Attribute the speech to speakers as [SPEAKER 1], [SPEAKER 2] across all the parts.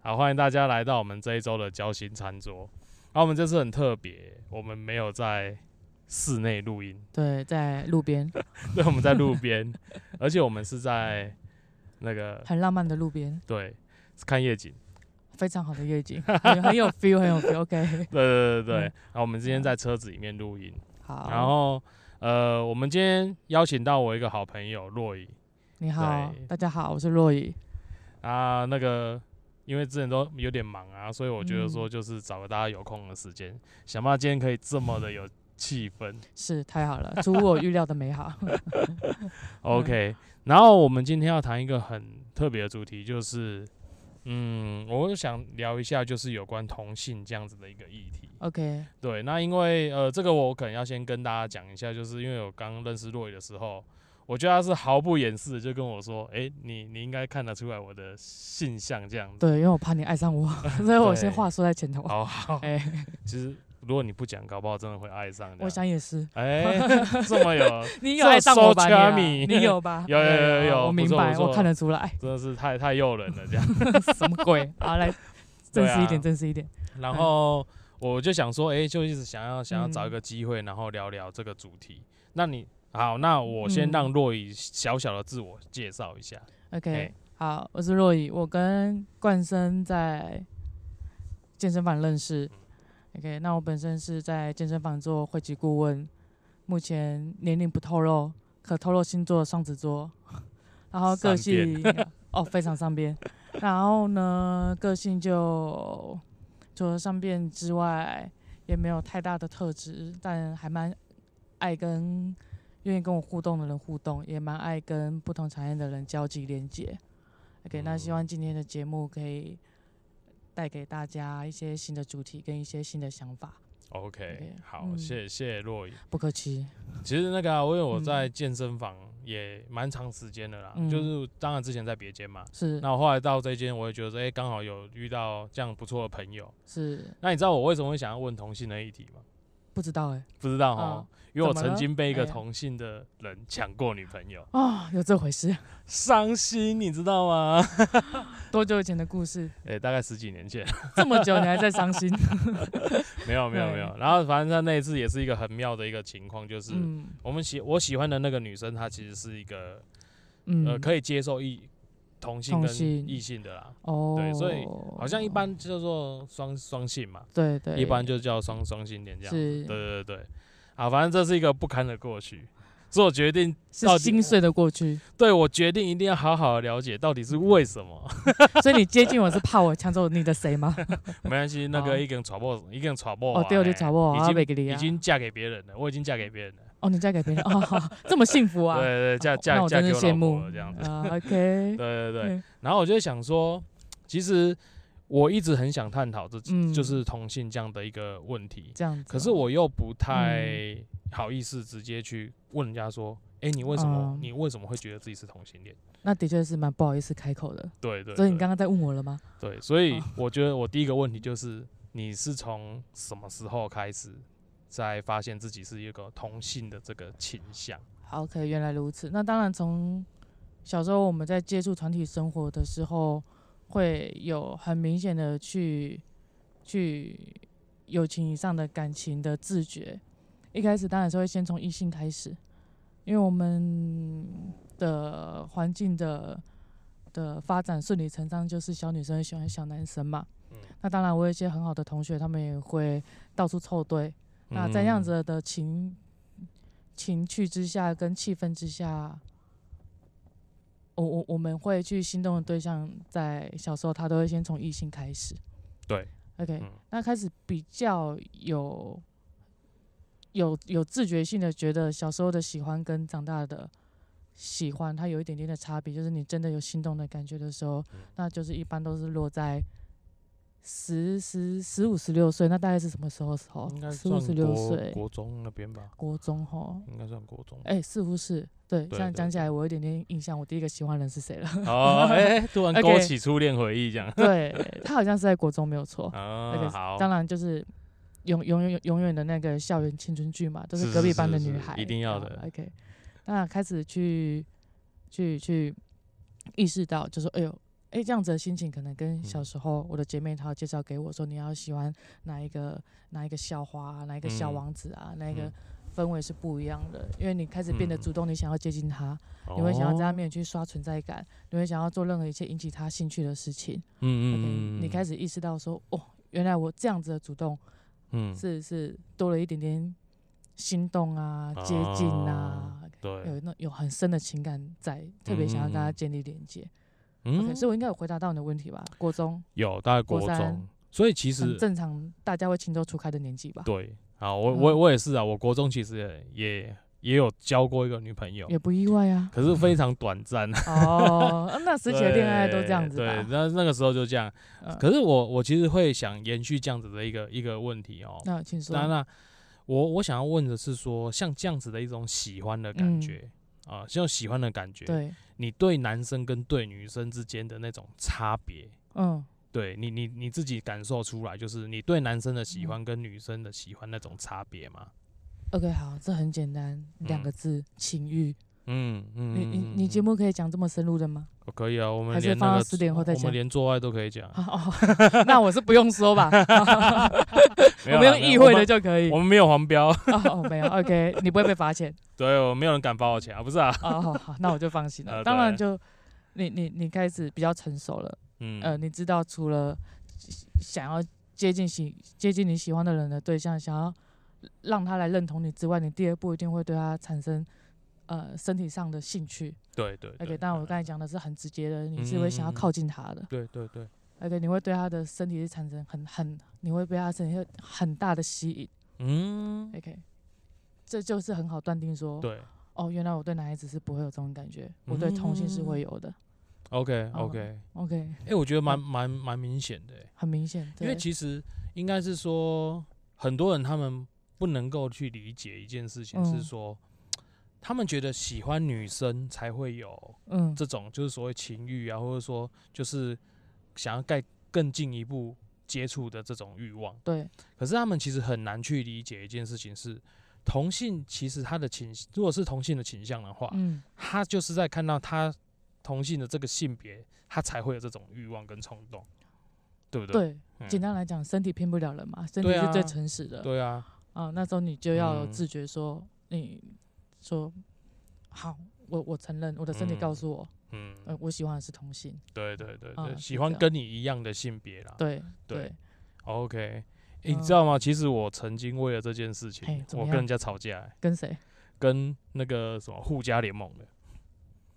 [SPEAKER 1] 好，欢迎大家来到我们这一周的交心餐桌。然后我们这次很特别，我们没有在室内录音，
[SPEAKER 2] 对，在路边，
[SPEAKER 1] 对，我们在路边，而且我们是在那个
[SPEAKER 2] 很浪漫的路边，
[SPEAKER 1] 对是看夜景，
[SPEAKER 2] 非常好的夜景，很很有 feel，很有 feel。OK，
[SPEAKER 1] 对对对对对。啊
[SPEAKER 2] 嗯
[SPEAKER 1] 然后我们今天在车子里面录音，
[SPEAKER 2] 好，
[SPEAKER 1] 然后呃，我们今天邀请到我一个好朋友洛伊
[SPEAKER 2] 你好
[SPEAKER 1] 对，
[SPEAKER 2] 大家好，我是洛伊。
[SPEAKER 1] 啊，那个。因为之前都有点忙啊，所以我觉得说
[SPEAKER 2] 嗯
[SPEAKER 1] 就是找个大家有空的时间，想不到今天可以这么的有气氛。
[SPEAKER 2] 是太好了，出乎我预料的美好。嗯
[SPEAKER 1] OK，然后我们今天要谈一个很特别的主题，就是，嗯，我想聊一下就是有关同性这样子的一个议题。
[SPEAKER 2] OK，
[SPEAKER 1] 对，那因为呃，这个我可能要先跟大家讲一下，就是因为我刚认识洛伊的时候，我觉得他是毫不掩饰的就跟我说，诶，你你应该看得出来我的性向这样子。
[SPEAKER 2] 对，因为我怕你 爱上我，所以我先
[SPEAKER 1] 对
[SPEAKER 2] 话说在前头。
[SPEAKER 1] 好好，
[SPEAKER 2] 哎，
[SPEAKER 1] 其实如果你不讲，搞不好真的会爱上的。
[SPEAKER 2] 我想也是，
[SPEAKER 1] 哎、 这么有，
[SPEAKER 2] 你
[SPEAKER 1] 这
[SPEAKER 2] 有爱上我吧？你啊
[SPEAKER 1] sochami
[SPEAKER 2] 你有吧？
[SPEAKER 1] 有有有有
[SPEAKER 2] 对啊
[SPEAKER 1] 有
[SPEAKER 2] 我
[SPEAKER 1] 不
[SPEAKER 2] 明
[SPEAKER 1] 错
[SPEAKER 2] 白，
[SPEAKER 1] 不错
[SPEAKER 2] 我看得 出来。
[SPEAKER 1] 真的是太太诱人了这样。
[SPEAKER 2] 什么鬼？好，来，真实一
[SPEAKER 1] 对啊
[SPEAKER 2] 点，真实一点。
[SPEAKER 1] 然
[SPEAKER 2] 嗯
[SPEAKER 1] 后我就想说，哎、就一直想要想要找一
[SPEAKER 2] 嗯
[SPEAKER 1] 个机会，然后聊聊这个主题。那你好，那我先让
[SPEAKER 2] 嗯
[SPEAKER 1] 若雨小小的自我介绍一下。哎
[SPEAKER 2] OK，好，我是若雨，我跟冠生在健身房认识。OK，那我
[SPEAKER 1] 嗯
[SPEAKER 2] 本身是在健身房做会籍顾问，目前年龄不透露，可透露星座双子座， 然后个
[SPEAKER 1] 上边
[SPEAKER 2] 性 哦非常上边，然后呢个性就除了上边之外也没有太大的特质，但还蛮爱跟愿意跟我互动的人互动，也蛮爱跟不同产业的人交际连接。OK，、那希
[SPEAKER 1] 嗯
[SPEAKER 2] 望今天的节目可以带给大家一些新的主题跟一些新的想法。
[SPEAKER 1] OK，,
[SPEAKER 2] OK，
[SPEAKER 1] 好，
[SPEAKER 2] 嗯
[SPEAKER 1] 谢谢谢若雨。
[SPEAKER 2] 不客气，
[SPEAKER 1] 其实那个、啊，我因为我
[SPEAKER 2] 嗯
[SPEAKER 1] 在健身房也蛮长时间的啦，
[SPEAKER 2] 嗯
[SPEAKER 1] 就是当然之前在别间嘛，
[SPEAKER 2] 是
[SPEAKER 1] 那我后来到这间，我也觉得说，哎、刚好有遇到这样不错的朋友。
[SPEAKER 2] 是
[SPEAKER 1] 那你知道我为什么会想要问同性的议题吗？
[SPEAKER 2] 不知道哎、
[SPEAKER 1] 不知道哦，因为我
[SPEAKER 2] 怎么
[SPEAKER 1] 曾
[SPEAKER 2] 了
[SPEAKER 1] 经被一个
[SPEAKER 2] 哎呀
[SPEAKER 1] 同性的人抢过女朋友，
[SPEAKER 2] 啊、 有这回事，
[SPEAKER 1] 伤心，你知道吗？
[SPEAKER 2] 多久以前的故事？
[SPEAKER 1] 诶、大概十几年 前，
[SPEAKER 2] 这么久你还在伤心？
[SPEAKER 1] 没有没有
[SPEAKER 2] 对
[SPEAKER 1] 没有。然后反正他那一次也是一个很妙的一个情况， 就是
[SPEAKER 2] 嗯
[SPEAKER 1] 我们喜我喜欢的那个女生，她其实是一个、
[SPEAKER 2] 嗯，
[SPEAKER 1] 呃可以接受异同性
[SPEAKER 2] 同
[SPEAKER 1] 跟
[SPEAKER 2] 性
[SPEAKER 1] 异性的啦，
[SPEAKER 2] 哦，
[SPEAKER 1] 对所以好像一般叫做双双性嘛，
[SPEAKER 2] 对对，
[SPEAKER 1] 一般就叫双双性恋这样。
[SPEAKER 2] 是
[SPEAKER 1] 对对对，啊，反正这是一个不堪的过去，所以我决定，到底
[SPEAKER 2] 是心碎的过去，
[SPEAKER 1] 对我决定一定要好好的了解到底是为什么。
[SPEAKER 2] 所以你接近我是怕我抢走你的谁吗？
[SPEAKER 1] 没关系，那
[SPEAKER 2] 好
[SPEAKER 1] 个一个人传播，一个人传播
[SPEAKER 2] 哦
[SPEAKER 1] 完，
[SPEAKER 2] 对，我就
[SPEAKER 1] 欸
[SPEAKER 2] 找我，
[SPEAKER 1] 已
[SPEAKER 2] 啊，
[SPEAKER 1] 经
[SPEAKER 2] 贝格里
[SPEAKER 1] 已
[SPEAKER 2] 啊，
[SPEAKER 1] 经嫁给别人了，我已经嫁给别人了。
[SPEAKER 2] 哦，你嫁给别人，哦，好这么幸福啊，
[SPEAKER 1] 对对，对嫁
[SPEAKER 2] 哦
[SPEAKER 1] 嫁
[SPEAKER 2] 那我
[SPEAKER 1] 嫁
[SPEAKER 2] 真
[SPEAKER 1] 给
[SPEAKER 2] 是
[SPEAKER 1] 我老
[SPEAKER 2] 羡
[SPEAKER 1] 婆
[SPEAKER 2] 慕
[SPEAKER 1] 了这样子。
[SPEAKER 2] 啊，OK，
[SPEAKER 1] 对对对
[SPEAKER 2] 嗯，
[SPEAKER 1] 然后我就想说，其实我一直很想探讨这
[SPEAKER 2] 嗯
[SPEAKER 1] 就是同性这样的一个问题，
[SPEAKER 2] 这样子哦，
[SPEAKER 1] 可是我又不太好意思直接去问人家说，哎，你为什么
[SPEAKER 2] 嗯
[SPEAKER 1] 你为什么会觉得自己是同性恋？
[SPEAKER 2] 那的确是蛮不好意思开口的，
[SPEAKER 1] 对对，
[SPEAKER 2] 所以你
[SPEAKER 1] 对
[SPEAKER 2] 刚刚在问我了吗？
[SPEAKER 1] 对，所以
[SPEAKER 2] 哦
[SPEAKER 1] 我觉得我第一个问题就是，你是从什么时候开始？才发现自己是一个同性的这个倾向，
[SPEAKER 2] 好，OK，原来如此。那当然，从小时候我们在接触团体生活的时候，会有很明显的去去友情以上的感情的自觉。一开始当然是会先从异性开始，因为我们的呃环境的的发展顺理成章就是小女生喜欢小男生嘛。
[SPEAKER 1] 嗯
[SPEAKER 2] 那当然，我有一些很好的同学，他们也会到处凑对，那啊在这样
[SPEAKER 1] 嗯
[SPEAKER 2] 子的情情趣之下跟气氛之下，我我我们会去心动的对象，在小时候他都会先从异性开始。
[SPEAKER 1] 对
[SPEAKER 2] ，OK，、
[SPEAKER 1] 嗯
[SPEAKER 2] 那开始比较有有有自觉性的觉得小时候的喜欢跟长大的喜欢，它有一点点的差别，就是你真的有心动的感觉的时候，
[SPEAKER 1] 嗯
[SPEAKER 2] 那就是一般都是落在。十十十五十六岁，那大概是什么时候？时候
[SPEAKER 1] 应该
[SPEAKER 2] 十哦五
[SPEAKER 1] 算
[SPEAKER 2] 十六
[SPEAKER 1] 国
[SPEAKER 2] 岁，
[SPEAKER 1] 国中那边吧，
[SPEAKER 2] 国中吼，
[SPEAKER 1] 应该算国中。
[SPEAKER 2] 哎、似乎是对。
[SPEAKER 1] 对
[SPEAKER 2] 这样
[SPEAKER 1] 对
[SPEAKER 2] 讲起
[SPEAKER 1] 对
[SPEAKER 2] 来，我有点点印象，我第一个喜欢的人是谁了？
[SPEAKER 1] 哦，哎、突然勾
[SPEAKER 2] OK
[SPEAKER 1] 起初恋回忆这样。
[SPEAKER 2] 对他好像是在国中没有错。
[SPEAKER 1] 啊，
[SPEAKER 2] 个
[SPEAKER 1] 好，
[SPEAKER 2] 当然就是永永远永远的那个校园青春剧嘛，都
[SPEAKER 1] 是
[SPEAKER 2] 隔壁
[SPEAKER 1] 是
[SPEAKER 2] 班的
[SPEAKER 1] 是
[SPEAKER 2] 女
[SPEAKER 1] 是
[SPEAKER 2] 孩，
[SPEAKER 1] 一定要
[SPEAKER 2] 好
[SPEAKER 1] 的
[SPEAKER 2] OK，那开始去去去意识到，就说哎呦，哎、这样子的心情可能跟
[SPEAKER 1] 嗯
[SPEAKER 2] 小时候我的姐妹她介绍给我说你要喜欢哪一个哪一个校花啊，哪一个小
[SPEAKER 1] 嗯
[SPEAKER 2] 王子啊，哪一
[SPEAKER 1] 嗯
[SPEAKER 2] 个氛围是不一样的，因为你开始变得
[SPEAKER 1] 嗯
[SPEAKER 2] 主动，你想要接近他，你
[SPEAKER 1] 你
[SPEAKER 2] 会想要在他面前去刷存在感，你会想要做任何一切引起他兴趣的事情。
[SPEAKER 1] 嗯嗯嗯，
[SPEAKER 2] 你开
[SPEAKER 1] 始
[SPEAKER 2] 始意识到说，哦，原来我这样子的主动
[SPEAKER 1] 嗯
[SPEAKER 2] 是是多了一点点心动啊、接近啊，
[SPEAKER 1] 哦对，
[SPEAKER 2] 有那有很深的情感在，特别想要跟他
[SPEAKER 1] 嗯
[SPEAKER 2] 建立连接。OK，
[SPEAKER 1] 嗯
[SPEAKER 2] 所以我应该有回答到你的问题吧？国中
[SPEAKER 1] 有大概
[SPEAKER 2] 国
[SPEAKER 1] 国
[SPEAKER 2] 三
[SPEAKER 1] 中，所以其实
[SPEAKER 2] 很正常，大家会情窦初开的年纪吧？
[SPEAKER 1] 对，好，我我
[SPEAKER 2] 嗯
[SPEAKER 1] 我也是啊，我国中其实也也也有交过一个女朋友，
[SPEAKER 2] 也不意外
[SPEAKER 1] 。
[SPEAKER 2] 啊
[SPEAKER 1] 可是非常短暂。
[SPEAKER 2] 哦，啊那时期的恋爱都这样子
[SPEAKER 1] 对，对
[SPEAKER 2] 吧？
[SPEAKER 1] 那那个时候就这样。
[SPEAKER 2] 嗯
[SPEAKER 1] 可是我我其实会想延续这样子的一个一个问题哦。
[SPEAKER 2] 那请说
[SPEAKER 1] 那。那我我想要问的是说，像这样子的一种喜欢的感
[SPEAKER 2] 嗯
[SPEAKER 1] 觉啊，这种喜欢的感觉，
[SPEAKER 2] 对，
[SPEAKER 1] 你对男生跟对女生之间的那种差别，
[SPEAKER 2] 嗯，
[SPEAKER 1] 对你你你自己感受出来，就是你对男生的喜
[SPEAKER 2] 嗯
[SPEAKER 1] 欢跟女生的喜欢那种差别吗？
[SPEAKER 2] OK，好，这很简单，
[SPEAKER 1] 嗯
[SPEAKER 2] 两个字，情欲。
[SPEAKER 1] 嗯嗯，
[SPEAKER 2] 你你你节
[SPEAKER 1] 目
[SPEAKER 2] 目可以讲这么深入的吗？
[SPEAKER 1] 可以啊，我们
[SPEAKER 2] 还是
[SPEAKER 1] 连
[SPEAKER 2] 放
[SPEAKER 1] 那
[SPEAKER 2] 到
[SPEAKER 1] 个
[SPEAKER 2] 10点后再
[SPEAKER 1] 我们
[SPEAKER 2] 讲
[SPEAKER 1] 连做爱都可以讲，
[SPEAKER 2] 哦， 那我是不用说吧，
[SPEAKER 1] 没有
[SPEAKER 2] 我
[SPEAKER 1] 啦
[SPEAKER 2] 们用
[SPEAKER 1] 没有
[SPEAKER 2] 意会
[SPEAKER 1] 我
[SPEAKER 2] 的
[SPEAKER 1] 们
[SPEAKER 2] 就可以。
[SPEAKER 1] 我们没有黄标，
[SPEAKER 2] 哦，没有，OK，你不会被罚钱。
[SPEAKER 1] 对，我没有人敢罚我钱啊，不是啊，
[SPEAKER 2] 哦，好好，那我就放心了。
[SPEAKER 1] 呃
[SPEAKER 2] 当然
[SPEAKER 1] 对
[SPEAKER 2] 就，你你你开始比较成熟了，
[SPEAKER 1] 嗯
[SPEAKER 2] 呃，你知道除了想要接近喜接近你喜欢的人的对象，想要让他来认同你之外，你第二步一定会对他产生呃身体上的兴趣。
[SPEAKER 1] 对对对嗯
[SPEAKER 2] OK，当然我
[SPEAKER 1] 对
[SPEAKER 2] 刚才讲的是很直接的，你是会想要靠近他的。
[SPEAKER 1] 对对对，
[SPEAKER 2] OK，你会对他的身体是产生很很，你会被他身体有很大的吸引。
[SPEAKER 1] 嗯，
[SPEAKER 2] OK，这就是很好断定说，
[SPEAKER 1] 对
[SPEAKER 2] 哦，原来我对男孩子是不会有这种感觉，我对同性是会
[SPEAKER 1] 嗯
[SPEAKER 2] 有的。
[SPEAKER 1] ，OK
[SPEAKER 2] 哦
[SPEAKER 1] OK，
[SPEAKER 2] OK，
[SPEAKER 1] 哎，我觉得蛮
[SPEAKER 2] 嗯
[SPEAKER 1] 蛮蛮明显的欸，
[SPEAKER 2] 很明显，
[SPEAKER 1] 因为
[SPEAKER 2] 对
[SPEAKER 1] 其实应该是说很多人他们不能够去理解一件事情，是
[SPEAKER 2] 嗯
[SPEAKER 1] 说他们觉得喜欢女生才会有
[SPEAKER 2] 嗯，
[SPEAKER 1] 这种就是所谓情欲啊，或者说就是想要盖更进一步接触的这种欲望。
[SPEAKER 2] 对，
[SPEAKER 1] 可是他们其实很难去理解一件事情是，同性其实他的倾，如果是同性的倾向的话，
[SPEAKER 2] 嗯，
[SPEAKER 1] 他就是在看到他同性的这个性别，他才会有这种欲望跟冲动，对不对？
[SPEAKER 2] 对，
[SPEAKER 1] 对
[SPEAKER 2] 简单来讲，身体骗不了人嘛，身体
[SPEAKER 1] 对
[SPEAKER 2] 是最
[SPEAKER 1] 啊
[SPEAKER 2] 诚实的。
[SPEAKER 1] 对啊，
[SPEAKER 2] 啊，那时候你就要有
[SPEAKER 1] 嗯
[SPEAKER 2] 自觉说，你说好，我我承认我的身体告
[SPEAKER 1] 嗯
[SPEAKER 2] 诉我，
[SPEAKER 1] 嗯，
[SPEAKER 2] 呃，我喜欢的是同性。
[SPEAKER 1] 对对对对，
[SPEAKER 2] 啊
[SPEAKER 1] 喜
[SPEAKER 2] 是
[SPEAKER 1] 欢
[SPEAKER 2] 这样
[SPEAKER 1] 跟你一样的性别啦。
[SPEAKER 2] 对
[SPEAKER 1] 啊对
[SPEAKER 2] 对，
[SPEAKER 1] ，OK、诶你
[SPEAKER 2] 嗯
[SPEAKER 1] 知道吗？其实我曾经为了这件事情
[SPEAKER 2] 嘿，怎
[SPEAKER 1] 我
[SPEAKER 2] 么
[SPEAKER 1] 跟人
[SPEAKER 2] 样
[SPEAKER 1] 家吵架欸、
[SPEAKER 2] 跟谁？
[SPEAKER 1] 跟那个什么互加联盟的。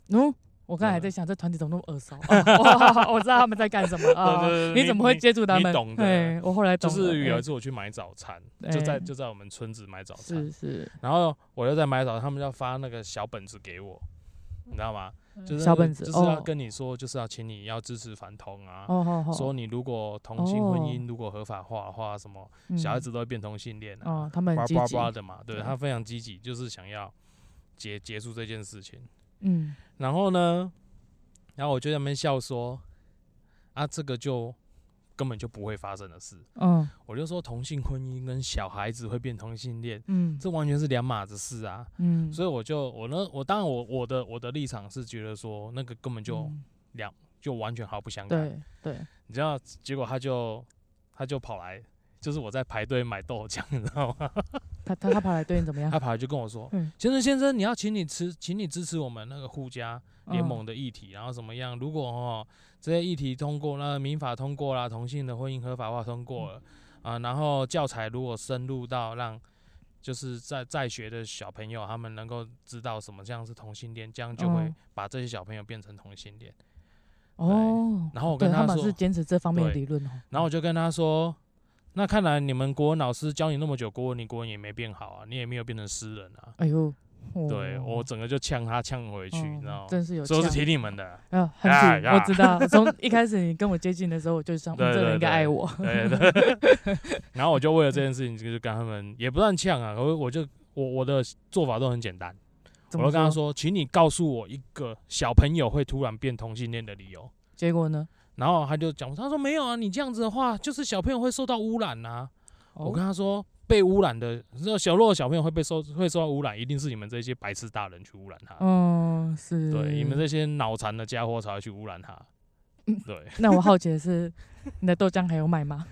[SPEAKER 2] 嗯，我刚才还
[SPEAKER 1] 嗯
[SPEAKER 2] 在想，这团体怎么那么耳熟？哦我我知道他们在干 什么啊？
[SPEAKER 1] 对对对
[SPEAKER 2] 你怎么会接触他
[SPEAKER 1] 你
[SPEAKER 2] 们？
[SPEAKER 1] 懂的
[SPEAKER 2] 嘿我后来
[SPEAKER 1] 就
[SPEAKER 2] 懂了。
[SPEAKER 1] 是有
[SPEAKER 2] 哎
[SPEAKER 1] 一次我去买早餐，就在
[SPEAKER 2] 哎
[SPEAKER 1] 就在我们村子买早餐，
[SPEAKER 2] 是是，
[SPEAKER 1] 然后我又在买早，他们要发那个小本子给我，你知道吗？就是
[SPEAKER 2] 小本子
[SPEAKER 1] 就是要
[SPEAKER 2] 哦
[SPEAKER 1] 跟你说，就是要请你要支持反同啊，
[SPEAKER 2] 哦好好，
[SPEAKER 1] 说你如果同性婚
[SPEAKER 2] 哦
[SPEAKER 1] 姻如果合法化的话，什么
[SPEAKER 2] 嗯
[SPEAKER 1] 小孩子都会变同性恋啊，
[SPEAKER 2] 哦，他们
[SPEAKER 1] 叭
[SPEAKER 2] 很积
[SPEAKER 1] 叭
[SPEAKER 2] 极，
[SPEAKER 1] 叭的嘛，对
[SPEAKER 2] 对
[SPEAKER 1] 他非常积极，就是想要结结束这件事情。
[SPEAKER 2] 嗯，
[SPEAKER 1] 然后呢，然后我就在那边笑说，啊，这个就根本就不会发生的事。
[SPEAKER 2] 嗯
[SPEAKER 1] 我就说同性婚姻跟小孩子会变同性恋，
[SPEAKER 2] 嗯
[SPEAKER 1] 这完全是两码子事啊。
[SPEAKER 2] 嗯，
[SPEAKER 1] 所以我就我呢，我当然我我的我的立场是觉得说那个根本就、
[SPEAKER 2] 嗯
[SPEAKER 1] 就完全毫不相干。啊
[SPEAKER 2] 对对，
[SPEAKER 1] 你知道，结果他就他就跑来，就是我在排队买豆浆， 你知道吗？
[SPEAKER 2] 他他他跑来对你怎么样
[SPEAKER 1] 他？跑来就跟我说：“
[SPEAKER 2] 啊嗯
[SPEAKER 1] 先生先生，你要请你吃，请你支持我们那个护家联
[SPEAKER 2] 嗯
[SPEAKER 1] 盟的议题，然后怎么样？如果哦这些议题通过，那民法通过啦，同性的婚姻合法化通过
[SPEAKER 2] 嗯
[SPEAKER 1] 了啊、然后教材如果深入到让就是在在学的小朋友他们能够知道什么这样是同性恋，这样就会
[SPEAKER 2] 嗯
[SPEAKER 1] 把这些小朋友变成同性恋。
[SPEAKER 2] 哦，
[SPEAKER 1] 然后我
[SPEAKER 2] 对
[SPEAKER 1] 跟
[SPEAKER 2] 他们
[SPEAKER 1] 说
[SPEAKER 2] 是，坚持这方面的
[SPEAKER 1] 对
[SPEAKER 2] 理论哦。
[SPEAKER 1] 然后我就跟他说。那看来你们国文老师教你那么久国文，你国文也没变好啊，你也没有变成诗人啊。
[SPEAKER 2] 哎呦，哦
[SPEAKER 1] 对我整个就呛他呛回去，你知
[SPEAKER 2] 哦
[SPEAKER 1] 道吗？
[SPEAKER 2] 真是有
[SPEAKER 1] 所以我是
[SPEAKER 2] 呛
[SPEAKER 1] 提你们 的，
[SPEAKER 2] 啊，很
[SPEAKER 1] 哎
[SPEAKER 2] 挺，我
[SPEAKER 1] 呀
[SPEAKER 2] 知道。从一开始你跟我接近的时候，我就想，嗯
[SPEAKER 1] 对
[SPEAKER 2] 这
[SPEAKER 1] 对
[SPEAKER 2] 人应该
[SPEAKER 1] 对
[SPEAKER 2] 爱我。
[SPEAKER 1] 对对。然后我就为了这件事情，就是跟他们也不算呛啊，我我就我我的做法都很简单，
[SPEAKER 2] 怎
[SPEAKER 1] 我
[SPEAKER 2] 么
[SPEAKER 1] 就跟他，说，请你告诉我一个小朋友会突然变同性恋的理由。
[SPEAKER 2] 结果呢？
[SPEAKER 1] 然后他就讲，他说没有啊，你这样子的话，就是小朋友会受到污染啊。我跟
[SPEAKER 2] 哦
[SPEAKER 1] 他说，被污染的，那小弱的小朋友会被受会受到污染，一定是你们这些白痴大人去污染他。
[SPEAKER 2] 嗯，是，
[SPEAKER 1] 对，你们这些脑残的家伙才会去污染他。
[SPEAKER 2] 嗯
[SPEAKER 1] 对，
[SPEAKER 2] 那我好奇的是，你的豆浆还有买吗？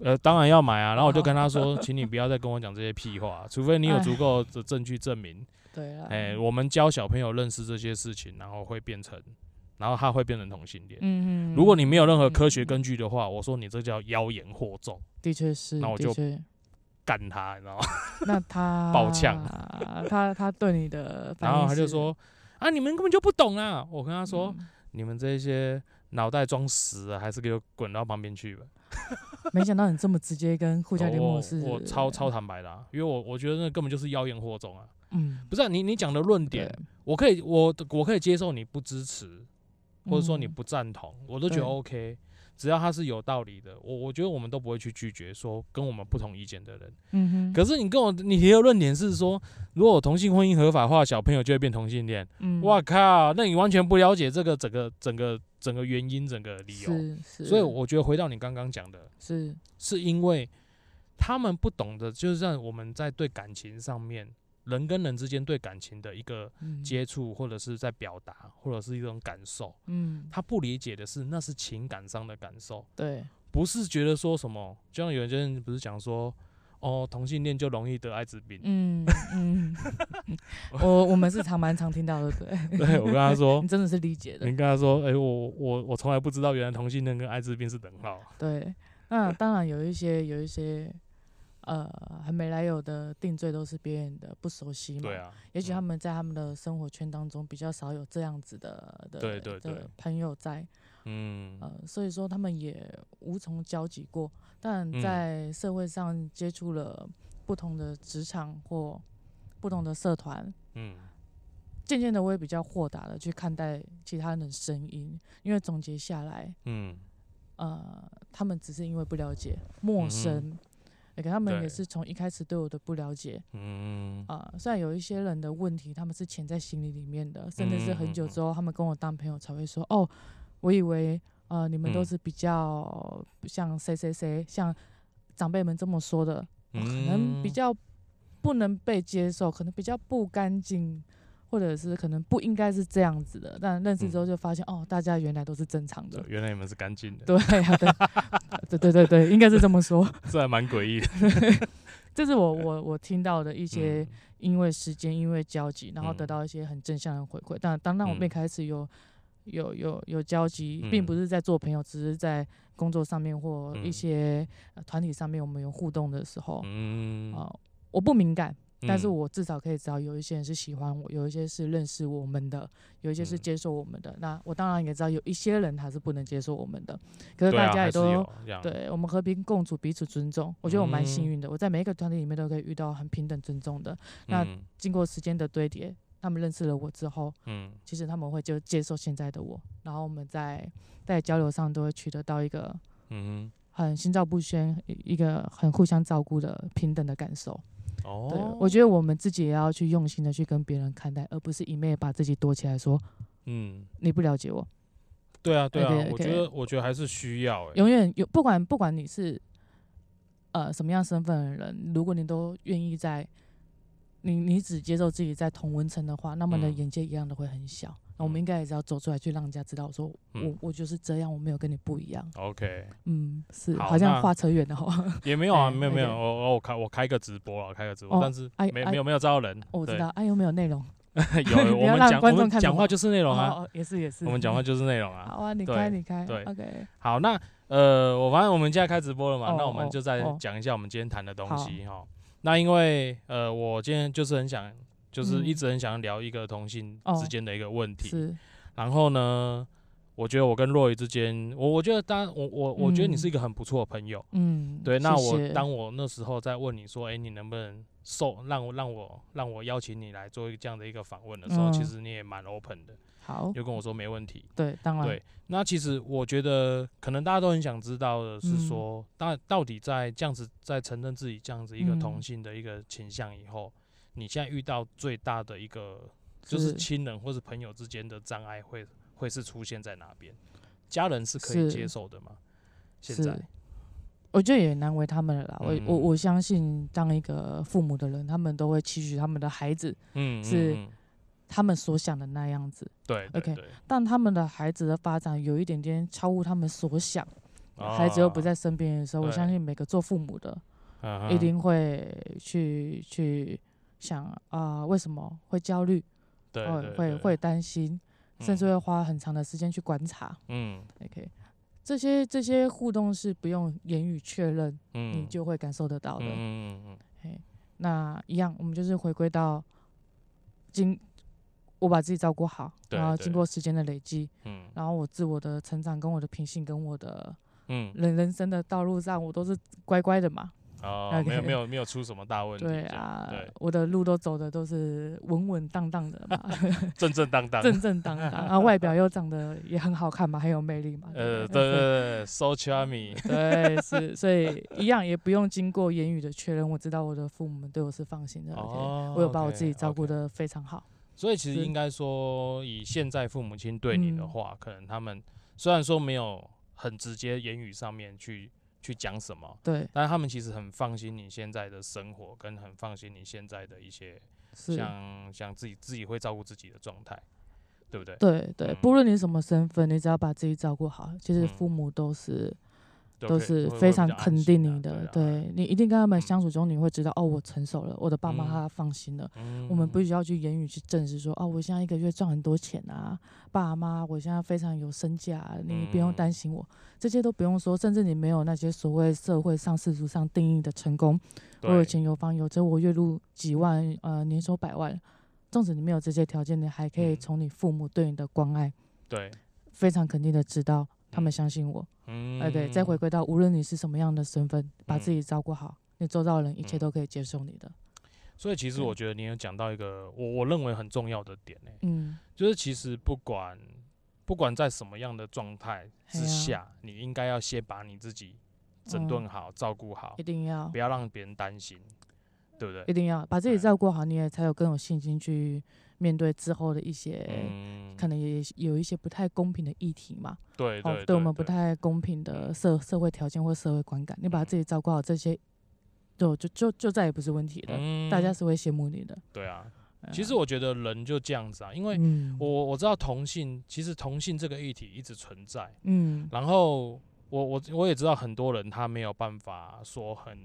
[SPEAKER 1] 呃，当然要买啊。然
[SPEAKER 2] 哦
[SPEAKER 1] 后我就跟他说，请你不要再跟我讲这些屁话，除非你
[SPEAKER 2] 哎
[SPEAKER 1] 有足够的证据证明，
[SPEAKER 2] 对啊，
[SPEAKER 1] 哎、我们教小朋友认识这些事情，然后会变成，然后他会变成同性恋。
[SPEAKER 2] 嗯 嗯，嗯
[SPEAKER 1] 如果你没有任何科学根据的话，我说你这叫妖言惑众，
[SPEAKER 2] 的确是，
[SPEAKER 1] 那我
[SPEAKER 2] 的
[SPEAKER 1] 就
[SPEAKER 2] 确
[SPEAKER 1] 干他，你知道吗？
[SPEAKER 2] 那 他
[SPEAKER 1] 爆呛，
[SPEAKER 2] 他他对你的 反应是，
[SPEAKER 1] 然后他就说啊，你们根本就不懂啊！我跟他说，
[SPEAKER 2] 嗯
[SPEAKER 1] 你们这些脑袋装屎啊，还是给我滚到旁边去吧。哦
[SPEAKER 2] 没想到你这么直接跟互
[SPEAKER 1] 我
[SPEAKER 2] 加联 盟是，
[SPEAKER 1] 我超超，坦白的、啊，因为我我觉得那根本就是妖言惑众啊！
[SPEAKER 2] 嗯，
[SPEAKER 1] 不是啊、你你讲的论点
[SPEAKER 2] 对，
[SPEAKER 1] 我可以我我可以接受你不支持，或者说你
[SPEAKER 2] 嗯
[SPEAKER 1] 不赞同，我都觉得
[SPEAKER 2] 对
[SPEAKER 1] OK，只要他是有道理的，我我觉得我们都不会去拒绝说跟我们不同意见的人。
[SPEAKER 2] 嗯哼，
[SPEAKER 1] 可是你跟我你提的论点是说，如果同性婚姻合法化，小朋友就会变同性恋。
[SPEAKER 2] 嗯
[SPEAKER 1] 哇靠！那你完全不了解这个整个整个整个原因、整个理由。
[SPEAKER 2] 是是，
[SPEAKER 1] 所以我觉得回到你刚刚讲的，
[SPEAKER 2] 是
[SPEAKER 1] 是因为他们不懂得，就是让我们在对感情上面，人跟人之间对感情的一个
[SPEAKER 2] 嗯
[SPEAKER 1] 接触，或者是在表达，或者是一种感受。
[SPEAKER 2] 嗯，
[SPEAKER 1] 他不理解的是，那是情感上的感受，
[SPEAKER 2] 对，
[SPEAKER 1] 不是觉得说什么，就像有些人不是讲说，哦，同性恋就容易得艾滋 病。
[SPEAKER 2] 嗯嗯， 我我们是常蛮常听到的，对，
[SPEAKER 1] 对我跟他 说
[SPEAKER 2] 你，真的是理解的，
[SPEAKER 1] 你跟他说，哎、我我我从来不知道，原来同性恋跟艾滋病是等号。
[SPEAKER 2] 对。那当然有一些有一些呃很没来由的定罪都是别人的不熟悉嘛，
[SPEAKER 1] 对啊，
[SPEAKER 2] 也许他
[SPEAKER 1] 嗯
[SPEAKER 2] 们在他们的生活圈当中比较少有这样子的的
[SPEAKER 1] 对对对
[SPEAKER 2] 的朋友在，
[SPEAKER 1] 嗯
[SPEAKER 2] 呃，所以说他们也无从交集过。但
[SPEAKER 1] 嗯
[SPEAKER 2] 在社会上接触了不同的职场或不同的社团，
[SPEAKER 1] 嗯
[SPEAKER 2] 渐渐的我也比较豁达的去看待其他人的声音，因为总结下来，
[SPEAKER 1] 嗯，
[SPEAKER 2] 呃，他们只是因为不了解、
[SPEAKER 1] 嗯
[SPEAKER 2] 陌
[SPEAKER 1] 哼
[SPEAKER 2] 生，也跟他们
[SPEAKER 1] 对
[SPEAKER 2] 也是从一开始对我的不了解，
[SPEAKER 1] 嗯，
[SPEAKER 2] 啊、虽然有一些人的问题，他们是潜在心里里面的，甚至是很
[SPEAKER 1] 嗯
[SPEAKER 2] 久之后，他们跟我当朋友才会说，哦，我以为呃你们都
[SPEAKER 1] 嗯
[SPEAKER 2] 是比较像谁谁谁，像长辈们这么说的，呃可能比
[SPEAKER 1] 嗯
[SPEAKER 2] 较不能被接受，可能比较不干净，或者是可能不应该是这样子的。但认识
[SPEAKER 1] 嗯
[SPEAKER 2] 之后就发现，哦，大家原来都是正常
[SPEAKER 1] 对
[SPEAKER 2] 的，。
[SPEAKER 1] 原来你们是干净的，
[SPEAKER 2] 对啊， 对，对对对对，应该是这么说。
[SPEAKER 1] 这还蛮诡异的。
[SPEAKER 2] 这是我我我听到的 一些。
[SPEAKER 1] 嗯
[SPEAKER 2] 因为时间，因为交集，然后
[SPEAKER 1] 嗯
[SPEAKER 2] 得到一些很正向的回馈。但当然，我们
[SPEAKER 1] 嗯
[SPEAKER 2] 也开始有、有有有交集，并不
[SPEAKER 1] 嗯
[SPEAKER 2] 是在做朋友，只是在工作上面或一
[SPEAKER 1] 嗯
[SPEAKER 2] 些呃团体上面，我们有互动的时候，啊、
[SPEAKER 1] 嗯，
[SPEAKER 2] 我不敏感，哦但是
[SPEAKER 1] 嗯
[SPEAKER 2] 我至少可以知道有一些人是喜欢我，有一些是认识我们的，有一些是
[SPEAKER 1] 嗯
[SPEAKER 2] 接受我们的。那我当然也知道有一些人他是不能接受我们的，可是
[SPEAKER 1] 对啊
[SPEAKER 2] 大家
[SPEAKER 1] 还
[SPEAKER 2] 也
[SPEAKER 1] 是
[SPEAKER 2] 都、
[SPEAKER 1] 有这样，
[SPEAKER 2] 对我们和平共处，彼此尊重。我觉得我蛮幸
[SPEAKER 1] 嗯
[SPEAKER 2] 运的，我在每一个团体里面都可以遇到很平等尊重的。那
[SPEAKER 1] 嗯
[SPEAKER 2] 经过时间的堆叠，他们认识了我之后，
[SPEAKER 1] 嗯
[SPEAKER 2] 其实他们会就接受现在的我，然后我们在在交流上都会取得到一个
[SPEAKER 1] 嗯
[SPEAKER 2] 很心照不宣、一一个很互相照顾的平等的感受。
[SPEAKER 1] 哼，哦，
[SPEAKER 2] 对，我觉得我们自己也要去用心的去跟别人看待，而不是一昧把自己躲起来说
[SPEAKER 1] 嗯，
[SPEAKER 2] 你不了解我。
[SPEAKER 1] 对啊对啊
[SPEAKER 2] 对，
[SPEAKER 1] 我
[SPEAKER 2] 对
[SPEAKER 1] 觉得我觉得还是需要哎，
[SPEAKER 2] 永远有不管不管你是呃什么样身份的人，如果你都愿意在你你只接受自己在同文层的话，那么你的
[SPEAKER 1] 嗯
[SPEAKER 2] 眼界一样的会很小。那我们
[SPEAKER 1] 嗯
[SPEAKER 2] 应该也是要走出来，去让人家知道说，我
[SPEAKER 1] 嗯
[SPEAKER 2] 我就是这样，我没有跟你不一样。
[SPEAKER 1] OK，
[SPEAKER 2] 嗯，是，
[SPEAKER 1] 好
[SPEAKER 2] 好像
[SPEAKER 1] 那
[SPEAKER 2] 话扯远了哈。
[SPEAKER 1] 也没有啊，
[SPEAKER 2] 哎
[SPEAKER 1] 没有没有，
[SPEAKER 2] OK
[SPEAKER 1] 我我开我开个直播了，啊我开个直播
[SPEAKER 2] 哦，
[SPEAKER 1] 但是
[SPEAKER 2] 哎
[SPEAKER 1] 没
[SPEAKER 2] 哎
[SPEAKER 1] 没有没有招人，
[SPEAKER 2] 我知
[SPEAKER 1] 对
[SPEAKER 2] 道，，哎，有没有内容？
[SPEAKER 1] 有
[SPEAKER 2] 你
[SPEAKER 1] 我
[SPEAKER 2] 要
[SPEAKER 1] 们
[SPEAKER 2] 让
[SPEAKER 1] 讲
[SPEAKER 2] 观
[SPEAKER 1] 我
[SPEAKER 2] 众
[SPEAKER 1] 们
[SPEAKER 2] 看
[SPEAKER 1] 讲
[SPEAKER 2] 什
[SPEAKER 1] 话
[SPEAKER 2] 么
[SPEAKER 1] 就是内容啊，
[SPEAKER 2] 哦，也是也是。
[SPEAKER 1] 我们讲话就是内容啊。
[SPEAKER 2] 好啊，你
[SPEAKER 1] 对
[SPEAKER 2] 开你开
[SPEAKER 1] 对
[SPEAKER 2] ，OK，
[SPEAKER 1] 好，那呃，我反正我们现在开直播了嘛，
[SPEAKER 2] 哦
[SPEAKER 1] 那我们
[SPEAKER 2] 哦
[SPEAKER 1] 就再
[SPEAKER 2] 哦
[SPEAKER 1] 讲一下我们今天谈的东西哈。那因为呃，我今天就是很想，就是
[SPEAKER 2] 嗯
[SPEAKER 1] 一直很想聊一个同性
[SPEAKER 2] 哦
[SPEAKER 1] 之间的一个问题。
[SPEAKER 2] 是，
[SPEAKER 1] 然后呢，我觉得我跟若雨之间，我我觉得当我我我觉得你是一个很不错的朋友。
[SPEAKER 2] 嗯，
[SPEAKER 1] 对，那
[SPEAKER 2] 谢
[SPEAKER 1] 我
[SPEAKER 2] 谢
[SPEAKER 1] 当我那时候在问你说，哎、你能不能受让我让我让我邀请你来做一个这样的一个访问的时候，其
[SPEAKER 2] 嗯哦
[SPEAKER 1] 实你也蛮 open 的，
[SPEAKER 2] 好，
[SPEAKER 1] 就跟我说没问题。
[SPEAKER 2] 对，当然
[SPEAKER 1] 对，那其实我觉得，可能大家都很想知道的是
[SPEAKER 2] 嗯
[SPEAKER 1] 说，那、到底在这样子，在承认自己这样子一个
[SPEAKER 2] 嗯
[SPEAKER 1] 同性的一个倾向以后，你现在遇到最大的一个，就是是亲人或是朋友之间的障碍会会是出现在哪边？家人是可以
[SPEAKER 2] 是
[SPEAKER 1] 接受的吗？现
[SPEAKER 2] 是
[SPEAKER 1] 在，
[SPEAKER 2] 我觉得也难为他们了啦。我、我
[SPEAKER 1] 嗯
[SPEAKER 2] 我相信，当一个父母的人，他们都会期许他们的孩子，
[SPEAKER 1] 嗯，
[SPEAKER 2] 是
[SPEAKER 1] 嗯嗯
[SPEAKER 2] 他们所想的那样子，
[SPEAKER 1] 对对
[SPEAKER 2] OK
[SPEAKER 1] 对
[SPEAKER 2] 但他们的孩子的发展有一点点超乎他们所想，孩子又不，在身边的时候，我
[SPEAKER 1] 哦对
[SPEAKER 2] 相信每个做父母的
[SPEAKER 1] 啊
[SPEAKER 2] 一定会去去想啊、为什么会焦虑，
[SPEAKER 1] 对
[SPEAKER 2] 哦会
[SPEAKER 1] 对
[SPEAKER 2] 会
[SPEAKER 1] 对
[SPEAKER 2] 会担心，甚至
[SPEAKER 1] 嗯
[SPEAKER 2] 会花很长的时间去观察。
[SPEAKER 1] 嗯
[SPEAKER 2] OK，这些这些互动是不用言语确认，
[SPEAKER 1] 嗯，
[SPEAKER 2] 你就会感受得到的。
[SPEAKER 1] 嗯嗯嗯
[SPEAKER 2] 那一样，我们就是回归到经我把自己照顾好，
[SPEAKER 1] 对
[SPEAKER 2] 然后
[SPEAKER 1] 对
[SPEAKER 2] 经过时间的累积，
[SPEAKER 1] 嗯嗯
[SPEAKER 2] 然后我自我的成长跟我的品性跟我的
[SPEAKER 1] 嗯
[SPEAKER 2] 人人生的道路上，我都是乖乖的嘛。
[SPEAKER 1] 哦，没有
[SPEAKER 2] OK
[SPEAKER 1] 没有没有出什么大问题，
[SPEAKER 2] 对
[SPEAKER 1] 这样
[SPEAKER 2] 啊，
[SPEAKER 1] 对，
[SPEAKER 2] 我的路都走的都是稳稳当当的嘛，
[SPEAKER 1] 正正当 当，
[SPEAKER 2] 正正当当，然后外表又长得也很好看嘛，很有魅力嘛。
[SPEAKER 1] 呃，对
[SPEAKER 2] 不
[SPEAKER 1] 对对，so charming，
[SPEAKER 2] 对，是，所以一样也不用经过言语的确认，我知道我的父母们对我是放心的，而
[SPEAKER 1] 哦
[SPEAKER 2] 且我有把我自己
[SPEAKER 1] OK，
[SPEAKER 2] 照顾
[SPEAKER 1] OK
[SPEAKER 2] 的非常好。
[SPEAKER 1] 所以其实
[SPEAKER 2] 是
[SPEAKER 1] 应该说，以现在父母亲对你的
[SPEAKER 2] 嗯
[SPEAKER 1] 话，可能他们虽然说没有很直接言语上面去去讲什么，
[SPEAKER 2] 对，
[SPEAKER 1] 但是他们其实很放心你现在的生活，跟很放心你现在的一些
[SPEAKER 2] 是，
[SPEAKER 1] 像像自己自己会照顾自己的状态，对不对？
[SPEAKER 2] 对对，
[SPEAKER 1] 嗯
[SPEAKER 2] 不论你什么身份，你只要把自己照顾好，其实
[SPEAKER 1] 嗯
[SPEAKER 2] 父母都是
[SPEAKER 1] 就
[SPEAKER 2] 都
[SPEAKER 1] 可以
[SPEAKER 2] 是
[SPEAKER 1] 会
[SPEAKER 2] 非
[SPEAKER 1] 会比
[SPEAKER 2] 常
[SPEAKER 1] 较安
[SPEAKER 2] 肯
[SPEAKER 1] 心
[SPEAKER 2] 定
[SPEAKER 1] 啊
[SPEAKER 2] 你的。
[SPEAKER 1] 对啊，
[SPEAKER 2] 对你一定跟他们
[SPEAKER 1] 嗯
[SPEAKER 2] 相处中，你会知道哦，我成熟了，我的爸妈
[SPEAKER 1] 嗯
[SPEAKER 2] 他放心了。
[SPEAKER 1] 嗯
[SPEAKER 2] 我们不需要去言语去证实说，哦，我现在一个月赚很多钱啊，爸妈，我现在非常有身价啊，你不
[SPEAKER 1] 嗯
[SPEAKER 2] 用担心我，这些都不用说，甚至你没有那些所谓社会上世俗上定义的成功，我有
[SPEAKER 1] 对
[SPEAKER 2] 钱有房有车，我月入几万，呃，年收百万，纵使你没有这些条件，你还可以
[SPEAKER 1] 嗯
[SPEAKER 2] 从你父母对你的关爱，
[SPEAKER 1] 对，
[SPEAKER 2] 非常肯定的知道他
[SPEAKER 1] 嗯
[SPEAKER 2] 们相信我，
[SPEAKER 1] 嗯
[SPEAKER 2] 哎、对，再回归到无论你是什么样的身份，把自
[SPEAKER 1] 嗯
[SPEAKER 2] 己照顾好，你周遭的人一切
[SPEAKER 1] 嗯
[SPEAKER 2] 都可以接受你的，
[SPEAKER 1] 所以其实
[SPEAKER 2] 对
[SPEAKER 1] 我觉得你有讲到一个我我认为很重要的点呢、欸
[SPEAKER 2] 嗯，
[SPEAKER 1] 就是其实不管不管在什么样的状态之
[SPEAKER 2] 嘿啊
[SPEAKER 1] 下，你应该要先把你自己整
[SPEAKER 2] 嗯
[SPEAKER 1] 顿好、照顾好
[SPEAKER 2] 一，定要
[SPEAKER 1] 不。要让别人担心，对不
[SPEAKER 2] 一
[SPEAKER 1] 对？
[SPEAKER 2] 定欸要把自
[SPEAKER 1] 哎
[SPEAKER 2] 己照顾好，你也才有更有信心去面对之后的一些、
[SPEAKER 1] 嗯，
[SPEAKER 2] 可能也有一些不太公平的议题嘛，
[SPEAKER 1] 对对
[SPEAKER 2] 哦，对我们不太公平的社社会条件或社会观感，你把
[SPEAKER 1] 嗯
[SPEAKER 2] 自己照顾好，这些就就就就再也不是问题了，
[SPEAKER 1] 嗯
[SPEAKER 2] 大家是会羡慕你的。
[SPEAKER 1] 对啊。
[SPEAKER 2] 哎
[SPEAKER 1] 其
[SPEAKER 2] 呀
[SPEAKER 1] 实我觉得人就这样子啊，因为
[SPEAKER 2] 嗯
[SPEAKER 1] 我我知道同性，其实同性这个议题一直存在，
[SPEAKER 2] 嗯
[SPEAKER 1] 然后我我我也知道很多人他没有办法说很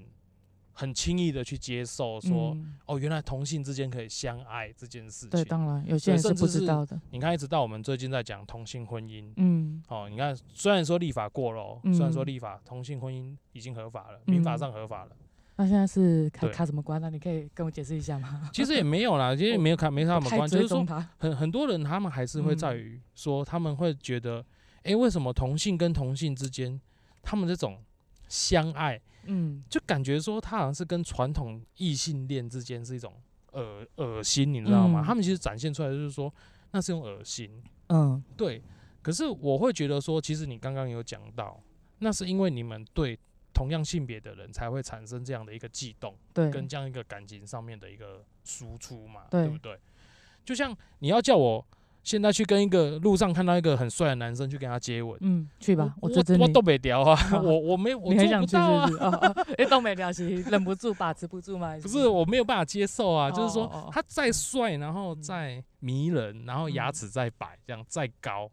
[SPEAKER 1] 很轻易的去接受说、
[SPEAKER 2] 嗯
[SPEAKER 1] 哦，原来同性之间可以相爱这件事
[SPEAKER 2] 对，
[SPEAKER 1] 情。
[SPEAKER 2] 当然有些
[SPEAKER 1] 对
[SPEAKER 2] 人
[SPEAKER 1] 甚
[SPEAKER 2] 是不
[SPEAKER 1] 至是
[SPEAKER 2] 知道的，
[SPEAKER 1] 你看，一直到我们最近在讲同性婚姻，
[SPEAKER 2] 嗯
[SPEAKER 1] 哦，你看，虽然说立法过了、哦，虽然说
[SPEAKER 2] 嗯
[SPEAKER 1] 立法同性婚姻已经合法了，民法
[SPEAKER 2] 嗯
[SPEAKER 1] 上合 法了，
[SPEAKER 2] 那现在是卡
[SPEAKER 1] 对
[SPEAKER 2] 卡什么关呢？你可以跟我解释一下吗？
[SPEAKER 1] 其实也没有啦，其实也没有看没什么
[SPEAKER 2] 太
[SPEAKER 1] 关，就
[SPEAKER 2] 追
[SPEAKER 1] 是说
[SPEAKER 2] 踪他，
[SPEAKER 1] 很很多人他们还是会在
[SPEAKER 2] 嗯
[SPEAKER 1] 于说，他们会觉得，诶，为什么同性跟同性之间，他们这种相爱，
[SPEAKER 2] 嗯，
[SPEAKER 1] 就感觉说他好像是跟传统异性恋之间是一种恶恶心，你知道吗？
[SPEAKER 2] 嗯
[SPEAKER 1] 他们其实展现出来就是说，那是一种恶心，
[SPEAKER 2] 嗯，
[SPEAKER 1] 对，可是我会觉得说，其实你刚刚有讲到，那是因为你们对同样性别的人才会产生这样的一个悸动，
[SPEAKER 2] 对，
[SPEAKER 1] 跟这样一个感情上面的一个输出嘛，
[SPEAKER 2] 对
[SPEAKER 1] 不对？就像你要叫我现在去跟一个路上看到一个很帅的男生去跟他接吻，
[SPEAKER 2] 嗯，去吧，
[SPEAKER 1] 我
[SPEAKER 2] 支持
[SPEAKER 1] 我
[SPEAKER 2] 你。
[SPEAKER 1] 都没聊啊，
[SPEAKER 2] 啊
[SPEAKER 1] 我我没我
[SPEAKER 2] 你很
[SPEAKER 1] 做不
[SPEAKER 2] 想去是
[SPEAKER 1] 到啊
[SPEAKER 2] 不。是？ 哦哦，哎、都没聊起，忍不住把持不住嘛。
[SPEAKER 1] 不是，我没有办法接受啊，就是
[SPEAKER 2] 哦哦
[SPEAKER 1] 说
[SPEAKER 2] 哦
[SPEAKER 1] 他再帅，然后
[SPEAKER 2] 嗯
[SPEAKER 1] 再迷人，然后牙
[SPEAKER 2] 嗯
[SPEAKER 1] 齿再白，这样再高，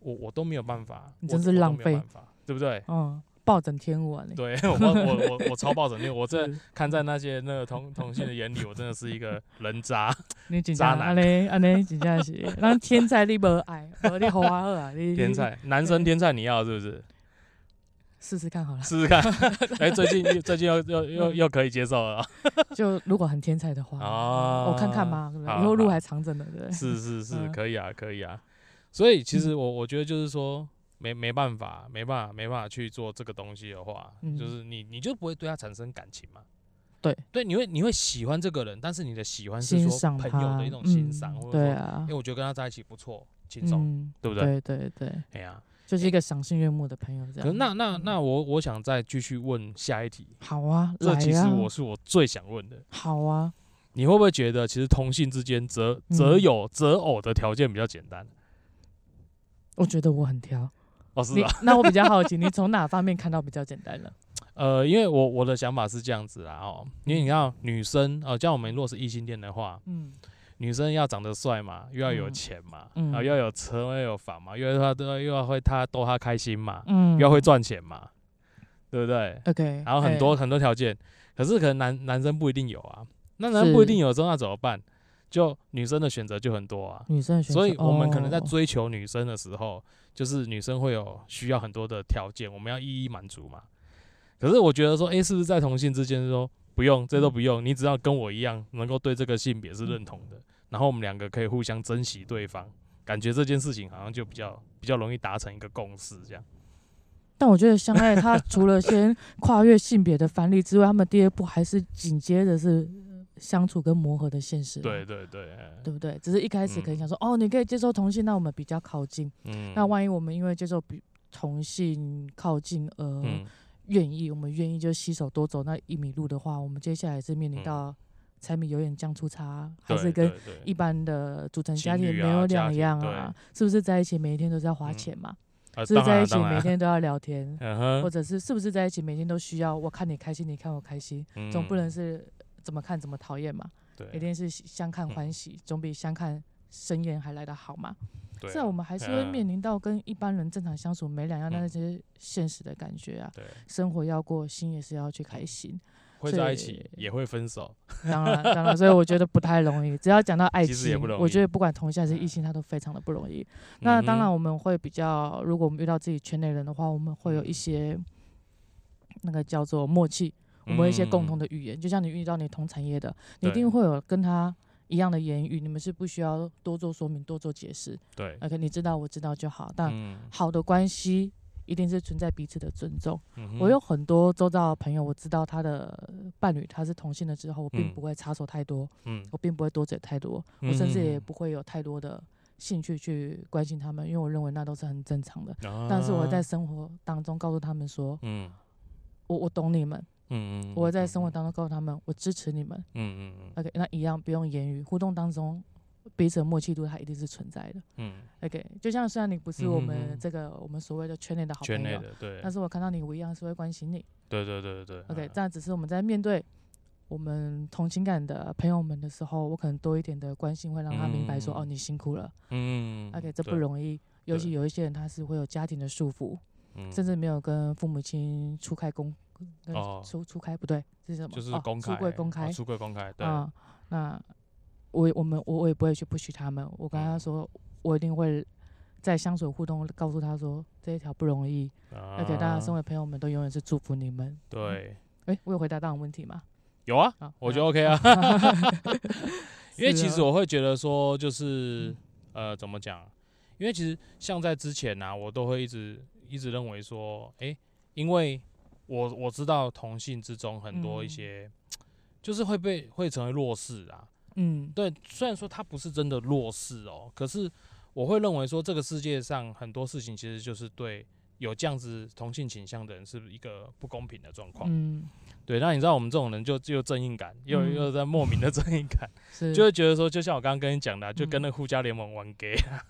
[SPEAKER 1] 我我都没有办法，
[SPEAKER 2] 你
[SPEAKER 1] 我
[SPEAKER 2] 真是
[SPEAKER 1] 我都
[SPEAKER 2] 浪
[SPEAKER 1] 没有
[SPEAKER 2] 费
[SPEAKER 1] 办法，对不 对？
[SPEAKER 2] 嗯，抱枕天文、欸。
[SPEAKER 1] 对 我我我我超爆整定，我这
[SPEAKER 2] 是
[SPEAKER 1] 看在那些那个同同性的眼里，我真的是一个人 渣。
[SPEAKER 2] 你真
[SPEAKER 1] 渣
[SPEAKER 2] 正
[SPEAKER 1] 男
[SPEAKER 2] 安尼安尼真正是，咱天才你无 爱，无你好啊好啊，你
[SPEAKER 1] 天才男生天才，你要是不是？
[SPEAKER 2] 试试 看好了。
[SPEAKER 1] 试试看。哎，最近又最近又又又又可以接受了啊。
[SPEAKER 2] 就如果很天才的话，
[SPEAKER 1] 啊
[SPEAKER 2] 我看看嘛，对不对
[SPEAKER 1] 好
[SPEAKER 2] 以后路
[SPEAKER 1] 好
[SPEAKER 2] 还长着呢，对不对？
[SPEAKER 1] 是是是，
[SPEAKER 2] 嗯
[SPEAKER 1] 可以啊，可以啊。所以其实我我觉得就是说，没没办法，没办法，没办法去做这个东西的话，
[SPEAKER 2] 嗯
[SPEAKER 1] 就是你你就不会对他产生感情嘛。
[SPEAKER 2] 对
[SPEAKER 1] 对，你会你会喜欢这个人，但是你的喜欢是
[SPEAKER 2] 欣
[SPEAKER 1] 说
[SPEAKER 2] 赏
[SPEAKER 1] 朋
[SPEAKER 2] 他，
[SPEAKER 1] 友的一种欣赏，
[SPEAKER 2] 嗯
[SPEAKER 1] 或者
[SPEAKER 2] 对
[SPEAKER 1] 说，
[SPEAKER 2] 啊
[SPEAKER 1] 因为，我觉得跟他在一起不错，轻松，
[SPEAKER 2] 嗯，
[SPEAKER 1] 对不对？
[SPEAKER 2] 对对对，
[SPEAKER 1] 哎呀，
[SPEAKER 2] 就是一个赏心悦目的朋友这
[SPEAKER 1] 可是
[SPEAKER 2] 样。
[SPEAKER 1] 那那那我我想再继续问下一题，
[SPEAKER 2] 好啊，来
[SPEAKER 1] 这
[SPEAKER 2] 啊，
[SPEAKER 1] 其实我是我最想问的。
[SPEAKER 2] 好啊，
[SPEAKER 1] 你会不会觉得，其实同性之间择择
[SPEAKER 2] 嗯
[SPEAKER 1] 友、择偶的条件比较简单？
[SPEAKER 2] 我觉得我很挑。
[SPEAKER 1] 哦，是
[SPEAKER 2] 你
[SPEAKER 1] 吧？
[SPEAKER 2] 那我比较好奇，你从哪方面看到比较简单了？
[SPEAKER 1] 呃，因为我我哦
[SPEAKER 2] 嗯
[SPEAKER 1] 的想法是这样子啦，哦，因为你看女生，呃，像我们如果是异性恋的话，
[SPEAKER 2] 嗯，
[SPEAKER 1] 女生要长得帅嘛，又要有
[SPEAKER 2] 嗯
[SPEAKER 1] 钱嘛，
[SPEAKER 2] 嗯
[SPEAKER 1] 然后又要有车，又要有房嘛，又要他都又要会他逗他开心嘛，
[SPEAKER 2] 嗯
[SPEAKER 1] 又要会赚钱嘛，对不对？
[SPEAKER 2] ，OK，哎
[SPEAKER 1] 然后很
[SPEAKER 2] 对
[SPEAKER 1] 多很多条件，可是可能男男生不一定有啊，那男生不一定有之后那怎么办？就女生的选择就很多啊，
[SPEAKER 2] 女生的选
[SPEAKER 1] 所以
[SPEAKER 2] 择
[SPEAKER 1] 我们可能在
[SPEAKER 2] 哦
[SPEAKER 1] 追求女生的时候，就是女生会有需要很多的条件，我们要一一满足嘛。可是我觉得说，诶，是不是在同性之间说不用，这都不用，你只要跟我一样，能够对这个性别是认同的，然后我们两个可以互相珍惜对方，感觉这件事情好像就比较比较容易达成一个共识，这样。
[SPEAKER 2] 但我觉得相爱， 它除了先跨越性别的藩篱之外，他们第二步还是紧接着是相处跟磨合的现实嘛，
[SPEAKER 1] 对对对，哎
[SPEAKER 2] 对不对？只是一开始可能
[SPEAKER 1] 嗯
[SPEAKER 2] 想说，哦，你可以接受同性，那我们比较靠近。
[SPEAKER 1] 嗯，
[SPEAKER 2] 那万一我们因为接受比同性靠近而
[SPEAKER 1] 嗯
[SPEAKER 2] 愿意，我们愿意就携手多走那一米路的话，我们接下来是面临
[SPEAKER 1] 嗯
[SPEAKER 2] 到柴米油盐酱醋茶，还
[SPEAKER 1] 对
[SPEAKER 2] 是跟
[SPEAKER 1] 对对
[SPEAKER 2] 一般的组成家
[SPEAKER 1] 情
[SPEAKER 2] 庭
[SPEAKER 1] 侣
[SPEAKER 2] 没
[SPEAKER 1] 啊
[SPEAKER 2] 有
[SPEAKER 1] 家
[SPEAKER 2] 两
[SPEAKER 1] 庭
[SPEAKER 2] 样
[SPEAKER 1] 对
[SPEAKER 2] 啊？是不是在一起每一天都是要花
[SPEAKER 1] 嗯
[SPEAKER 2] 钱嘛？
[SPEAKER 1] 呃
[SPEAKER 2] 是不是
[SPEAKER 1] 当然啊
[SPEAKER 2] 在一起
[SPEAKER 1] 当
[SPEAKER 2] 每
[SPEAKER 1] 然
[SPEAKER 2] 天都要聊天？
[SPEAKER 1] 嗯
[SPEAKER 2] 或
[SPEAKER 1] 哼，
[SPEAKER 2] 者是是不是在一起每天都需要我看你开心，你看我开心，总
[SPEAKER 1] 嗯
[SPEAKER 2] 不能是怎么看怎么讨厌嘛，一
[SPEAKER 1] 对嗯
[SPEAKER 2] 定是相看欢喜，总比相看生厌还来得好嘛。
[SPEAKER 1] 对
[SPEAKER 2] 这样我们还是会
[SPEAKER 1] 嗯
[SPEAKER 2] 面临到跟一般人正常相处没两样的那
[SPEAKER 1] 嗯
[SPEAKER 2] 些现实的感觉啊，
[SPEAKER 1] 对，
[SPEAKER 2] 生活要过，心也是要去 开心。
[SPEAKER 1] 会
[SPEAKER 2] 所
[SPEAKER 1] 在一
[SPEAKER 2] 以
[SPEAKER 1] 起也会分手，
[SPEAKER 2] 当然，当然，所以我觉得不太容易。只要讲到爱
[SPEAKER 1] 其实也
[SPEAKER 2] 情
[SPEAKER 1] 不，容
[SPEAKER 2] 我
[SPEAKER 1] 易
[SPEAKER 2] 觉得不管同性还是异性，它都非常的不容易。那
[SPEAKER 1] 嗯
[SPEAKER 2] 当
[SPEAKER 1] 哼
[SPEAKER 2] 然，我们会比较，如果我们遇到自己圈内人的话，我们会有
[SPEAKER 1] 嗯
[SPEAKER 2] 一些那个叫做默契，我们会有一些共同
[SPEAKER 1] 嗯
[SPEAKER 2] 的语言。就像你遇到你同产业的，你一
[SPEAKER 1] 对
[SPEAKER 2] 定会有跟他一样的言语，你们是不需要多做说明、多做解释。
[SPEAKER 1] 嗯对，
[SPEAKER 2] OK，你知道我知道就好。但
[SPEAKER 1] 嗯
[SPEAKER 2] 好的关系一定是存在彼此的尊重。
[SPEAKER 1] 嗯哼
[SPEAKER 2] 我有很多周遭的朋友，我知道他的伴侣他是同性的之后，我并
[SPEAKER 1] 嗯
[SPEAKER 2] 不会插手太多，
[SPEAKER 1] 嗯，
[SPEAKER 2] 我并不会多嘴太多。我甚至也不会有太多的兴趣去关心他们，因为我认为那都是很正常的。
[SPEAKER 1] 嗯，
[SPEAKER 2] 但是我在
[SPEAKER 1] 啊
[SPEAKER 2] 生活当中告诉他们说，
[SPEAKER 1] 嗯
[SPEAKER 2] 我我懂你们，
[SPEAKER 1] 嗯嗯，
[SPEAKER 2] 我在
[SPEAKER 1] 嗯
[SPEAKER 2] 生活当中呃告诉他们，我支持你们。
[SPEAKER 1] 嗯嗯嗯
[SPEAKER 2] OK，那一样不用言语互动当中，彼此的默契度它一定是存在的。
[SPEAKER 1] 嗯，
[SPEAKER 2] OK，就像虽然你不是我
[SPEAKER 1] 嗯哼
[SPEAKER 2] 们
[SPEAKER 1] 哼
[SPEAKER 2] 这个我们所谓的圈内的好
[SPEAKER 1] 圈
[SPEAKER 2] 朋
[SPEAKER 1] 内
[SPEAKER 2] 友，
[SPEAKER 1] 的对，
[SPEAKER 2] 但是我看到你，我一样是会关心你。
[SPEAKER 1] 对对对对对
[SPEAKER 2] OK，
[SPEAKER 1] 嗯
[SPEAKER 2] 这样只是我们在面对我们同情感的朋友们的时候，我可能多一点的关心，会让他明白说，哦，
[SPEAKER 1] 嗯
[SPEAKER 2] 你辛苦了。
[SPEAKER 1] 嗯嗯
[SPEAKER 2] OK，这不
[SPEAKER 1] 对
[SPEAKER 2] 容易，尤
[SPEAKER 1] 对
[SPEAKER 2] 其有一些人他是会有家庭的束缚，
[SPEAKER 1] 嗯
[SPEAKER 2] 甚至没有跟父母亲出开公，跟
[SPEAKER 1] 哦
[SPEAKER 2] 出出开不对，这是什么？
[SPEAKER 1] 就是
[SPEAKER 2] 哦
[SPEAKER 1] 公开
[SPEAKER 2] 出柜公开
[SPEAKER 1] 哦出柜公开对，
[SPEAKER 2] 啊、那我也我们我我也不会去不许他们，我跟他
[SPEAKER 1] 嗯
[SPEAKER 2] 说，我一定会在相处互动告诉他说这一条不容易，而且大家嗯
[SPEAKER 1] 啊
[SPEAKER 2] 身为朋友们都永远是祝福你们。
[SPEAKER 1] 对
[SPEAKER 2] 诶，我有回答到你问题吗？
[SPEAKER 1] 有啊，
[SPEAKER 2] 啊，
[SPEAKER 1] 我
[SPEAKER 2] 那
[SPEAKER 1] 觉得 OK 啊，因为
[SPEAKER 2] 是
[SPEAKER 1] 其
[SPEAKER 2] 啊嗯
[SPEAKER 1] 实我会觉得说，就是呃，怎么讲？因为其实像在之前啊，我都会一直一直认为说，诶，因为我我知道同性之中很多一
[SPEAKER 2] 嗯
[SPEAKER 1] 些，就是会被会成为弱势啊。
[SPEAKER 2] 嗯
[SPEAKER 1] 对，虽然说他不是真的弱势哦，可是我会认为说，这个世界上很多事情其实就是对有这样子同性倾向的人是一个不公平的状况。
[SPEAKER 2] 嗯
[SPEAKER 1] 对，那你知道我们这种人就就有正义感，又、
[SPEAKER 2] 嗯
[SPEAKER 1] 又在莫名的正义感，
[SPEAKER 2] 是
[SPEAKER 1] 就会觉得说，就像我刚刚跟你讲的啊、就跟
[SPEAKER 2] 嗯
[SPEAKER 1] 那互加联盟玩 gay 啊。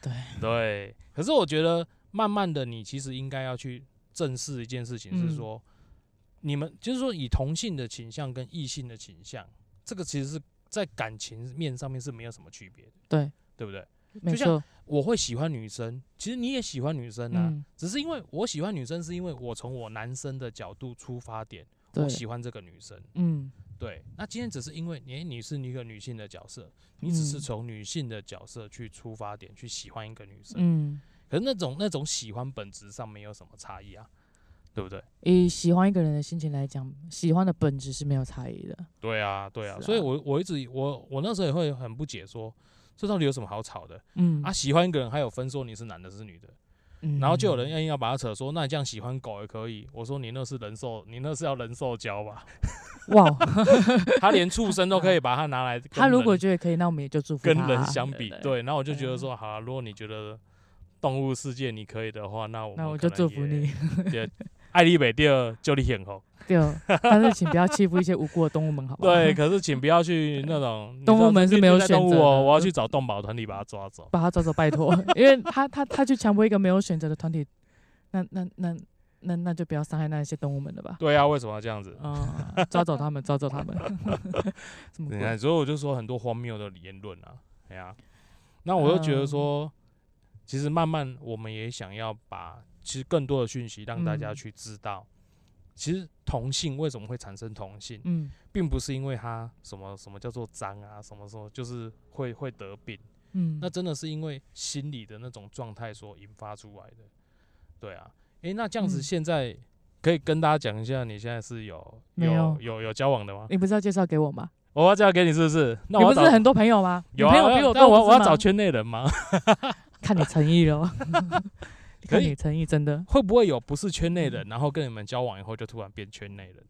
[SPEAKER 2] 对
[SPEAKER 1] 对，可是我觉得慢慢的，你其实应该要去正视一件事情，
[SPEAKER 2] 嗯
[SPEAKER 1] 是说、你们就是说以同性的倾向跟异性的倾向，这个其实是在感情面上面是没有什么区别的，
[SPEAKER 2] 对，
[SPEAKER 1] 对不对？
[SPEAKER 2] 没
[SPEAKER 1] 就像
[SPEAKER 2] 错，
[SPEAKER 1] 我会喜欢女生，其实你也喜欢女生啊，
[SPEAKER 2] 嗯，
[SPEAKER 1] 只是因为我喜欢女生，是因为我从我男生的角度出发点，
[SPEAKER 2] 对
[SPEAKER 1] 我，喜欢这个女生。
[SPEAKER 2] 嗯
[SPEAKER 1] 对，那今天只是因为你你是一个女性的角色，你只是
[SPEAKER 2] 嗯
[SPEAKER 1] 从女性的角色去出发点去喜欢一个女生，
[SPEAKER 2] 嗯。
[SPEAKER 1] 可是那种那种喜欢本质上没有什么差异啊，对不对？
[SPEAKER 2] 以喜欢一个人的心情来讲，喜欢的本质是没有差异的。
[SPEAKER 1] 对啊，对啊，
[SPEAKER 2] 是
[SPEAKER 1] 所以
[SPEAKER 2] 啊
[SPEAKER 1] 我我一直我我那时候也会很不解说，这到底有什么好吵的
[SPEAKER 2] 嗯
[SPEAKER 1] 啊？喜欢一个人还有分说你是男的是女的，然后就有人硬要把他扯说，那你这样喜欢狗也可以，我说你那是人兽，你那是要人兽交吧？
[SPEAKER 2] 嗯哇，
[SPEAKER 1] 他连畜生都可以把它拿来跟人，
[SPEAKER 2] 他如果觉得可以，那我们也就祝福
[SPEAKER 1] 跟
[SPEAKER 2] 他
[SPEAKER 1] 人
[SPEAKER 2] 啊
[SPEAKER 1] 相比，，对，然后我就觉得说，好啊、如果你觉得动物世界你可以的话，那我
[SPEAKER 2] 那
[SPEAKER 1] 们
[SPEAKER 2] 我
[SPEAKER 1] 可
[SPEAKER 2] 就
[SPEAKER 1] 能
[SPEAKER 2] 祝福
[SPEAKER 1] 也
[SPEAKER 2] 你。。
[SPEAKER 1] 爱丽美第二，就你很 红。
[SPEAKER 2] 对哦，但是请不要欺负一些无辜的动物们，好不好？
[SPEAKER 1] 对，，可是请不要去那种你知道
[SPEAKER 2] 动物们是
[SPEAKER 1] 虐
[SPEAKER 2] 没有
[SPEAKER 1] 待动物
[SPEAKER 2] 选择的
[SPEAKER 1] 哦，我要去找动保团体把它抓走。
[SPEAKER 2] 把他抓走，拜托，因为他他他去强迫一个没有选择的团体，那那那那那就不要伤害那些动物们了吧。
[SPEAKER 1] 对啊，为什么要这样子？
[SPEAKER 2] 啊、抓走他们，抓走他 们，什么
[SPEAKER 1] 你
[SPEAKER 2] 鬼
[SPEAKER 1] 看，？啊所以我就说很多荒谬的言论啊，哎呀、那我又觉得
[SPEAKER 2] 嗯
[SPEAKER 1] 说，其实慢慢我们也想要把其实更多的讯息让大家
[SPEAKER 2] 嗯
[SPEAKER 1] 去知道，其实同性为什么会产生同性，
[SPEAKER 2] 嗯
[SPEAKER 1] 并不是因为他什么什么叫做脏啊，什么什么就是会会得病，
[SPEAKER 2] 嗯，
[SPEAKER 1] 那真的是因为心理的那种状态所引发出来的。对啊，诶、那这样子
[SPEAKER 2] 嗯
[SPEAKER 1] 现在可以跟大家讲一下，你现在是有
[SPEAKER 2] 没
[SPEAKER 1] 有
[SPEAKER 2] 有
[SPEAKER 1] 有有交往的吗？
[SPEAKER 2] 你不是要介绍给我吗？
[SPEAKER 1] 我要介绍给你是不是？那
[SPEAKER 2] 你
[SPEAKER 1] 我要
[SPEAKER 2] 不是
[SPEAKER 1] 找
[SPEAKER 2] 很多朋友吗？
[SPEAKER 1] 有
[SPEAKER 2] 你
[SPEAKER 1] 啊，
[SPEAKER 2] 朋友比我
[SPEAKER 1] 但
[SPEAKER 2] 多，
[SPEAKER 1] 我
[SPEAKER 2] 不
[SPEAKER 1] 我
[SPEAKER 2] 是
[SPEAKER 1] 要
[SPEAKER 2] 吗
[SPEAKER 1] 找圈内人吗？
[SPEAKER 2] 看你诚意 了，看你诚意真的
[SPEAKER 1] 会不会有不是圈内
[SPEAKER 2] 嗯
[SPEAKER 1] 人，然后跟你们交往以后就突然变圈内人？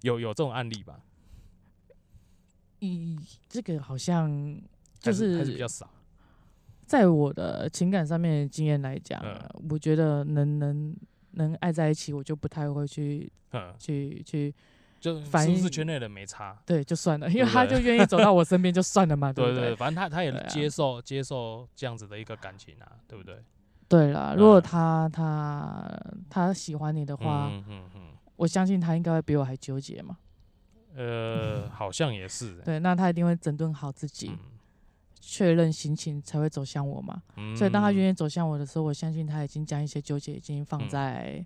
[SPEAKER 1] 有有这种案例吧？
[SPEAKER 2] 咦，这个好像
[SPEAKER 1] 还
[SPEAKER 2] 就是
[SPEAKER 1] 还是
[SPEAKER 2] 是
[SPEAKER 1] 比较少。
[SPEAKER 2] 在我的情感上面的经验来讲，
[SPEAKER 1] 嗯
[SPEAKER 2] 我觉得能能能爱在一起，我就不太会去
[SPEAKER 1] 嗯，
[SPEAKER 2] 去去，
[SPEAKER 1] 就是
[SPEAKER 2] 反
[SPEAKER 1] 不是
[SPEAKER 2] 应
[SPEAKER 1] 圈内人没差？
[SPEAKER 2] 对，就算了，因
[SPEAKER 1] 对
[SPEAKER 2] 为
[SPEAKER 1] 不
[SPEAKER 2] 他
[SPEAKER 1] 对
[SPEAKER 2] 就愿意走到我身边，就算 了嘛，
[SPEAKER 1] 对
[SPEAKER 2] 不
[SPEAKER 1] 对
[SPEAKER 2] 对
[SPEAKER 1] 对，？反正他他也
[SPEAKER 2] 对啊
[SPEAKER 1] 接受、接受这样子的一个感情啊，对不对？
[SPEAKER 2] 对啦，如果
[SPEAKER 1] 嗯
[SPEAKER 2] 他他他喜欢你的话，
[SPEAKER 1] 嗯嗯嗯
[SPEAKER 2] 我相信他应该会比我还纠结嘛。
[SPEAKER 1] 嗯，呃，好像也是、欸。
[SPEAKER 2] 对，那他一定会整顿好自己，确认心情才会走向我嘛。
[SPEAKER 1] 嗯
[SPEAKER 2] 所以当他
[SPEAKER 1] 意
[SPEAKER 2] 愿意走向我的时候，我相信他已经将一些纠结已经放
[SPEAKER 1] 嗯
[SPEAKER 2] 在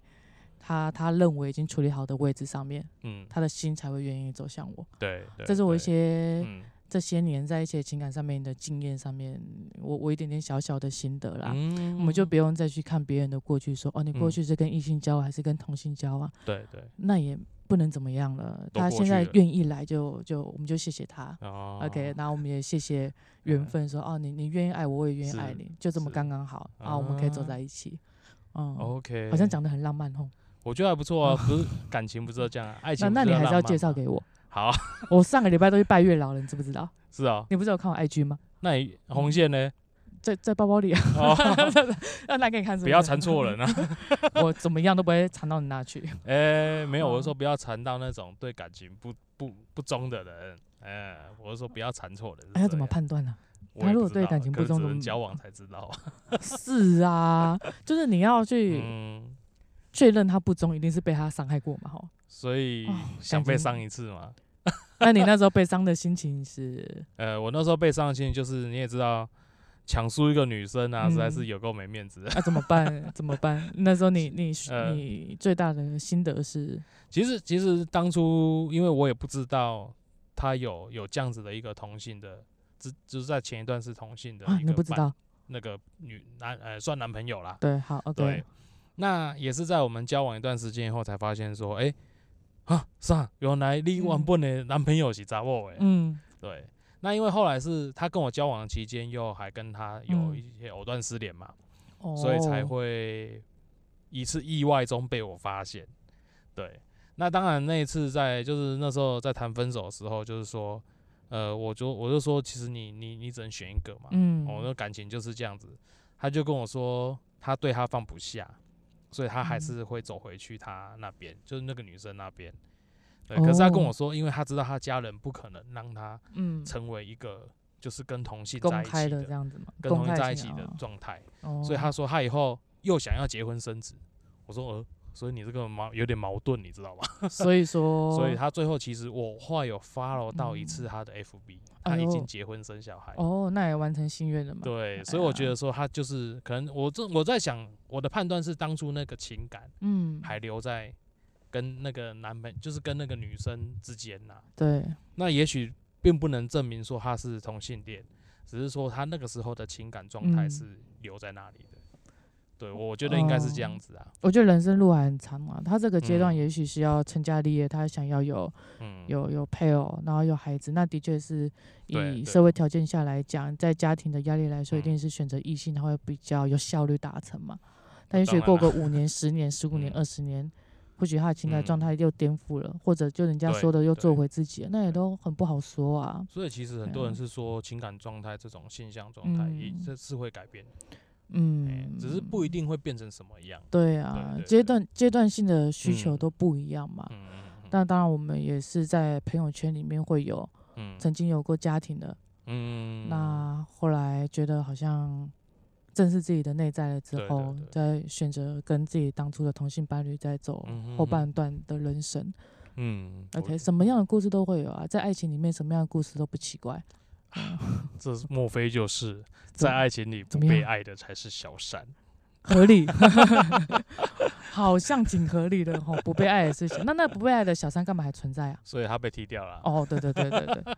[SPEAKER 2] 他他认为已经处理好的位置上面，
[SPEAKER 1] 嗯，
[SPEAKER 2] 他的心才会愿意走向我。
[SPEAKER 1] 对，对
[SPEAKER 2] 这是我一
[SPEAKER 1] 对
[SPEAKER 2] 些
[SPEAKER 1] 嗯
[SPEAKER 2] 这些年在一些情感上面的经验上面，我我一点点小小的心得啦。
[SPEAKER 1] 嗯
[SPEAKER 2] 我们就不用再去看别人的过去说哦，你过
[SPEAKER 1] 嗯
[SPEAKER 2] 去是跟异性交往还是跟同性交往？
[SPEAKER 1] 对对
[SPEAKER 2] 那也不能怎么样了。
[SPEAKER 1] 都
[SPEAKER 2] 他
[SPEAKER 1] 过
[SPEAKER 2] 现
[SPEAKER 1] 去
[SPEAKER 2] 在
[SPEAKER 1] 了
[SPEAKER 2] 愿意来就就我们就谢谢他。
[SPEAKER 1] 哦嗯
[SPEAKER 2] OK，那我们也谢谢缘分说，哦，你你愿意爱我，我也愿意爱
[SPEAKER 1] 是
[SPEAKER 2] 你，就这么
[SPEAKER 1] 是
[SPEAKER 2] 刚刚好啊，我们可以走
[SPEAKER 1] 啊
[SPEAKER 2] 在一起。嗯，
[SPEAKER 1] OK，
[SPEAKER 2] 好像讲的很浪漫哦。
[SPEAKER 1] 我觉得还不错啊，不是感情不是要这样啊，爱
[SPEAKER 2] 那
[SPEAKER 1] 情
[SPEAKER 2] 那
[SPEAKER 1] 不
[SPEAKER 2] 你还
[SPEAKER 1] 浪
[SPEAKER 2] 是要
[SPEAKER 1] 漫
[SPEAKER 2] 介绍
[SPEAKER 1] 吗
[SPEAKER 2] 给我。
[SPEAKER 1] 好啊
[SPEAKER 2] 我上个礼拜都去拜月老了，你知不知道？
[SPEAKER 1] 是啊，
[SPEAKER 2] 你不是有看我 IG 吗？
[SPEAKER 1] 那你
[SPEAKER 2] 嗯
[SPEAKER 1] 红线 呢？
[SPEAKER 2] 在在包包里啊，
[SPEAKER 1] 哦，
[SPEAKER 2] 要拿给你看是
[SPEAKER 1] 不要
[SPEAKER 2] 是
[SPEAKER 1] 缠错人啊！
[SPEAKER 2] 我怎么样都不会缠到你 那去。
[SPEAKER 1] 哎，没有，我是
[SPEAKER 2] 哦
[SPEAKER 1] 说不要缠到那种对感情不不不忠的人。哎，我是说不要缠错人。
[SPEAKER 2] 哎，
[SPEAKER 1] 是
[SPEAKER 2] 要
[SPEAKER 1] 这
[SPEAKER 2] 怎么
[SPEAKER 1] 样？
[SPEAKER 2] 判断呢、
[SPEAKER 1] 我
[SPEAKER 2] 他
[SPEAKER 1] 也
[SPEAKER 2] 如
[SPEAKER 1] 不
[SPEAKER 2] 果
[SPEAKER 1] 知
[SPEAKER 2] 对
[SPEAKER 1] 道
[SPEAKER 2] 感情
[SPEAKER 1] 可能
[SPEAKER 2] 不忠
[SPEAKER 1] 只
[SPEAKER 2] 怎
[SPEAKER 1] 能
[SPEAKER 2] 么
[SPEAKER 1] 交往才知道。
[SPEAKER 2] 是啊， 就是你要去
[SPEAKER 1] 嗯，
[SPEAKER 2] 确认他不忠，一定是被他伤害过嘛，吼。
[SPEAKER 1] 所以
[SPEAKER 2] 哦
[SPEAKER 1] 想
[SPEAKER 2] 感
[SPEAKER 1] 被
[SPEAKER 2] 情
[SPEAKER 1] 伤一次嘛？
[SPEAKER 2] 那你那时候被伤的心情是？
[SPEAKER 1] 呃，我那时候被伤的心就是你也知道，抢输一个女生啊，实在是
[SPEAKER 2] 嗯
[SPEAKER 1] 有够没面子的。
[SPEAKER 2] 那、怎么办？ 怎么办？那时候你你
[SPEAKER 1] 呃
[SPEAKER 2] 你最大的心得是，
[SPEAKER 1] 其实其实当初因为我也不知道他有有这样子的一个同性的，只就是在前一段是同性的
[SPEAKER 2] 啊，
[SPEAKER 1] 一
[SPEAKER 2] 你
[SPEAKER 1] 个
[SPEAKER 2] 不知
[SPEAKER 1] 伴
[SPEAKER 2] 道？
[SPEAKER 1] 那个女男呃算男朋友啦，
[SPEAKER 2] 对，好
[SPEAKER 1] 对
[SPEAKER 2] ，OK，，
[SPEAKER 1] 那也是在我们交往一段时间以后才发现说，哎、啊上原来你原本的男朋友是查某诶，
[SPEAKER 2] 嗯
[SPEAKER 1] 对。那因为后来是他跟我交往的期间，又还跟他有
[SPEAKER 2] 嗯
[SPEAKER 1] 一些藕断丝连嘛，
[SPEAKER 2] 哦，
[SPEAKER 1] 所以才会一次意外中被我发现。对，那当然那一次在就是那时候在谈分手的时候，就是说，呃，我就我就说，其实你你你只能选一个嘛，哦
[SPEAKER 2] 嗯，
[SPEAKER 1] 我的感情就是这样子。他就跟我说，他对他放不下，所以他还
[SPEAKER 2] 嗯
[SPEAKER 1] 是会走回去他那边，就是那个女生那边。对，可是他跟我
[SPEAKER 2] 哦
[SPEAKER 1] 说，因为他知道他家人不可能让他
[SPEAKER 2] 嗯
[SPEAKER 1] 成为一个就是跟同性在
[SPEAKER 2] 公
[SPEAKER 1] 一
[SPEAKER 2] 开
[SPEAKER 1] 起
[SPEAKER 2] 的
[SPEAKER 1] 的
[SPEAKER 2] 这，样子嘛，
[SPEAKER 1] 跟同
[SPEAKER 2] 公
[SPEAKER 1] 性
[SPEAKER 2] 开
[SPEAKER 1] 在一起
[SPEAKER 2] 性
[SPEAKER 1] 的
[SPEAKER 2] 啊
[SPEAKER 1] 状态。
[SPEAKER 2] 哦、
[SPEAKER 1] 所以他说他以后又想要结婚生子。我说呃，所以你这个矛有点矛盾，你知道吗？
[SPEAKER 2] 所以说，
[SPEAKER 1] 所以他最后其实我后来有 follow 到一次他的 FB，、他
[SPEAKER 2] 哎
[SPEAKER 1] 已
[SPEAKER 2] 呦
[SPEAKER 1] 经结婚生小孩。
[SPEAKER 2] 哦，那也完成心愿了嘛？
[SPEAKER 1] 对，所以我觉得说他就是可能我这我在想我的判断是当初那个情感
[SPEAKER 2] 嗯，
[SPEAKER 1] 还留在跟那个男朋就是跟那个女生之间呐、
[SPEAKER 2] 对，
[SPEAKER 1] 那也许并不能证明说他是同性恋，只是说他那个时候的情感状态
[SPEAKER 2] 嗯
[SPEAKER 1] 是留在那里的。对，我觉得应该是这样
[SPEAKER 2] 哦
[SPEAKER 1] 子啊。
[SPEAKER 2] 我觉得人生路还很长嘛，他这个阶段
[SPEAKER 1] 嗯
[SPEAKER 2] 也许是要成家立业，他想要有
[SPEAKER 1] 嗯，
[SPEAKER 2] 有有配偶，然后有孩子，那的确是
[SPEAKER 1] 对
[SPEAKER 2] 以
[SPEAKER 1] 对
[SPEAKER 2] 社会条件下来讲，在家庭的压力来说，一
[SPEAKER 1] 嗯哦
[SPEAKER 2] 定是选择异性，他会比较有效率达成嘛。但也许
[SPEAKER 1] 当
[SPEAKER 2] 过
[SPEAKER 1] 然
[SPEAKER 2] 个五年、十年、十五年、
[SPEAKER 1] 嗯
[SPEAKER 2] 二十年，或许他的情感状
[SPEAKER 1] 嗯
[SPEAKER 2] 态又颠覆了，或者就人家
[SPEAKER 1] 对
[SPEAKER 2] 说的又做
[SPEAKER 1] 对
[SPEAKER 2] 回自己了，那也都很不好说啊。
[SPEAKER 1] 所以其实很
[SPEAKER 2] 对
[SPEAKER 1] 多人
[SPEAKER 2] 啊
[SPEAKER 1] 是说情感状态这种现象状态，也
[SPEAKER 2] 嗯
[SPEAKER 1] 这是会改变的，哎
[SPEAKER 2] 嗯，
[SPEAKER 1] 只是不一定会变成什么样。
[SPEAKER 2] 对啊
[SPEAKER 1] 对，
[SPEAKER 2] 阶
[SPEAKER 1] 对
[SPEAKER 2] 段阶段性的需求
[SPEAKER 1] 嗯
[SPEAKER 2] 都不一样嘛。
[SPEAKER 1] 嗯嗯
[SPEAKER 2] 那当然，我们也是在朋友圈里面会有
[SPEAKER 1] 嗯
[SPEAKER 2] 曾经有过家庭的，
[SPEAKER 1] 嗯，
[SPEAKER 2] 那后来觉得好像正视自己的内在了之
[SPEAKER 1] 对对
[SPEAKER 2] 后，再选择跟自己当初的同性伴侣再走
[SPEAKER 1] 嗯哼
[SPEAKER 2] 后
[SPEAKER 1] 哼
[SPEAKER 2] 半段的人生。
[SPEAKER 1] 嗯
[SPEAKER 2] OK，什么样的故事都会有啊，在爱情里面什么样的故事都不奇 怪。
[SPEAKER 1] 我这是莫非就是在爱情里不
[SPEAKER 2] 怎么
[SPEAKER 1] 被
[SPEAKER 2] 样
[SPEAKER 1] 爱的才是小三？
[SPEAKER 2] 合理， 好像挺合理的吼，不被爱的事情。那那不被爱的小三干嘛还存在啊？
[SPEAKER 1] 所以他被踢掉了，
[SPEAKER 2] 哦，对对对对对，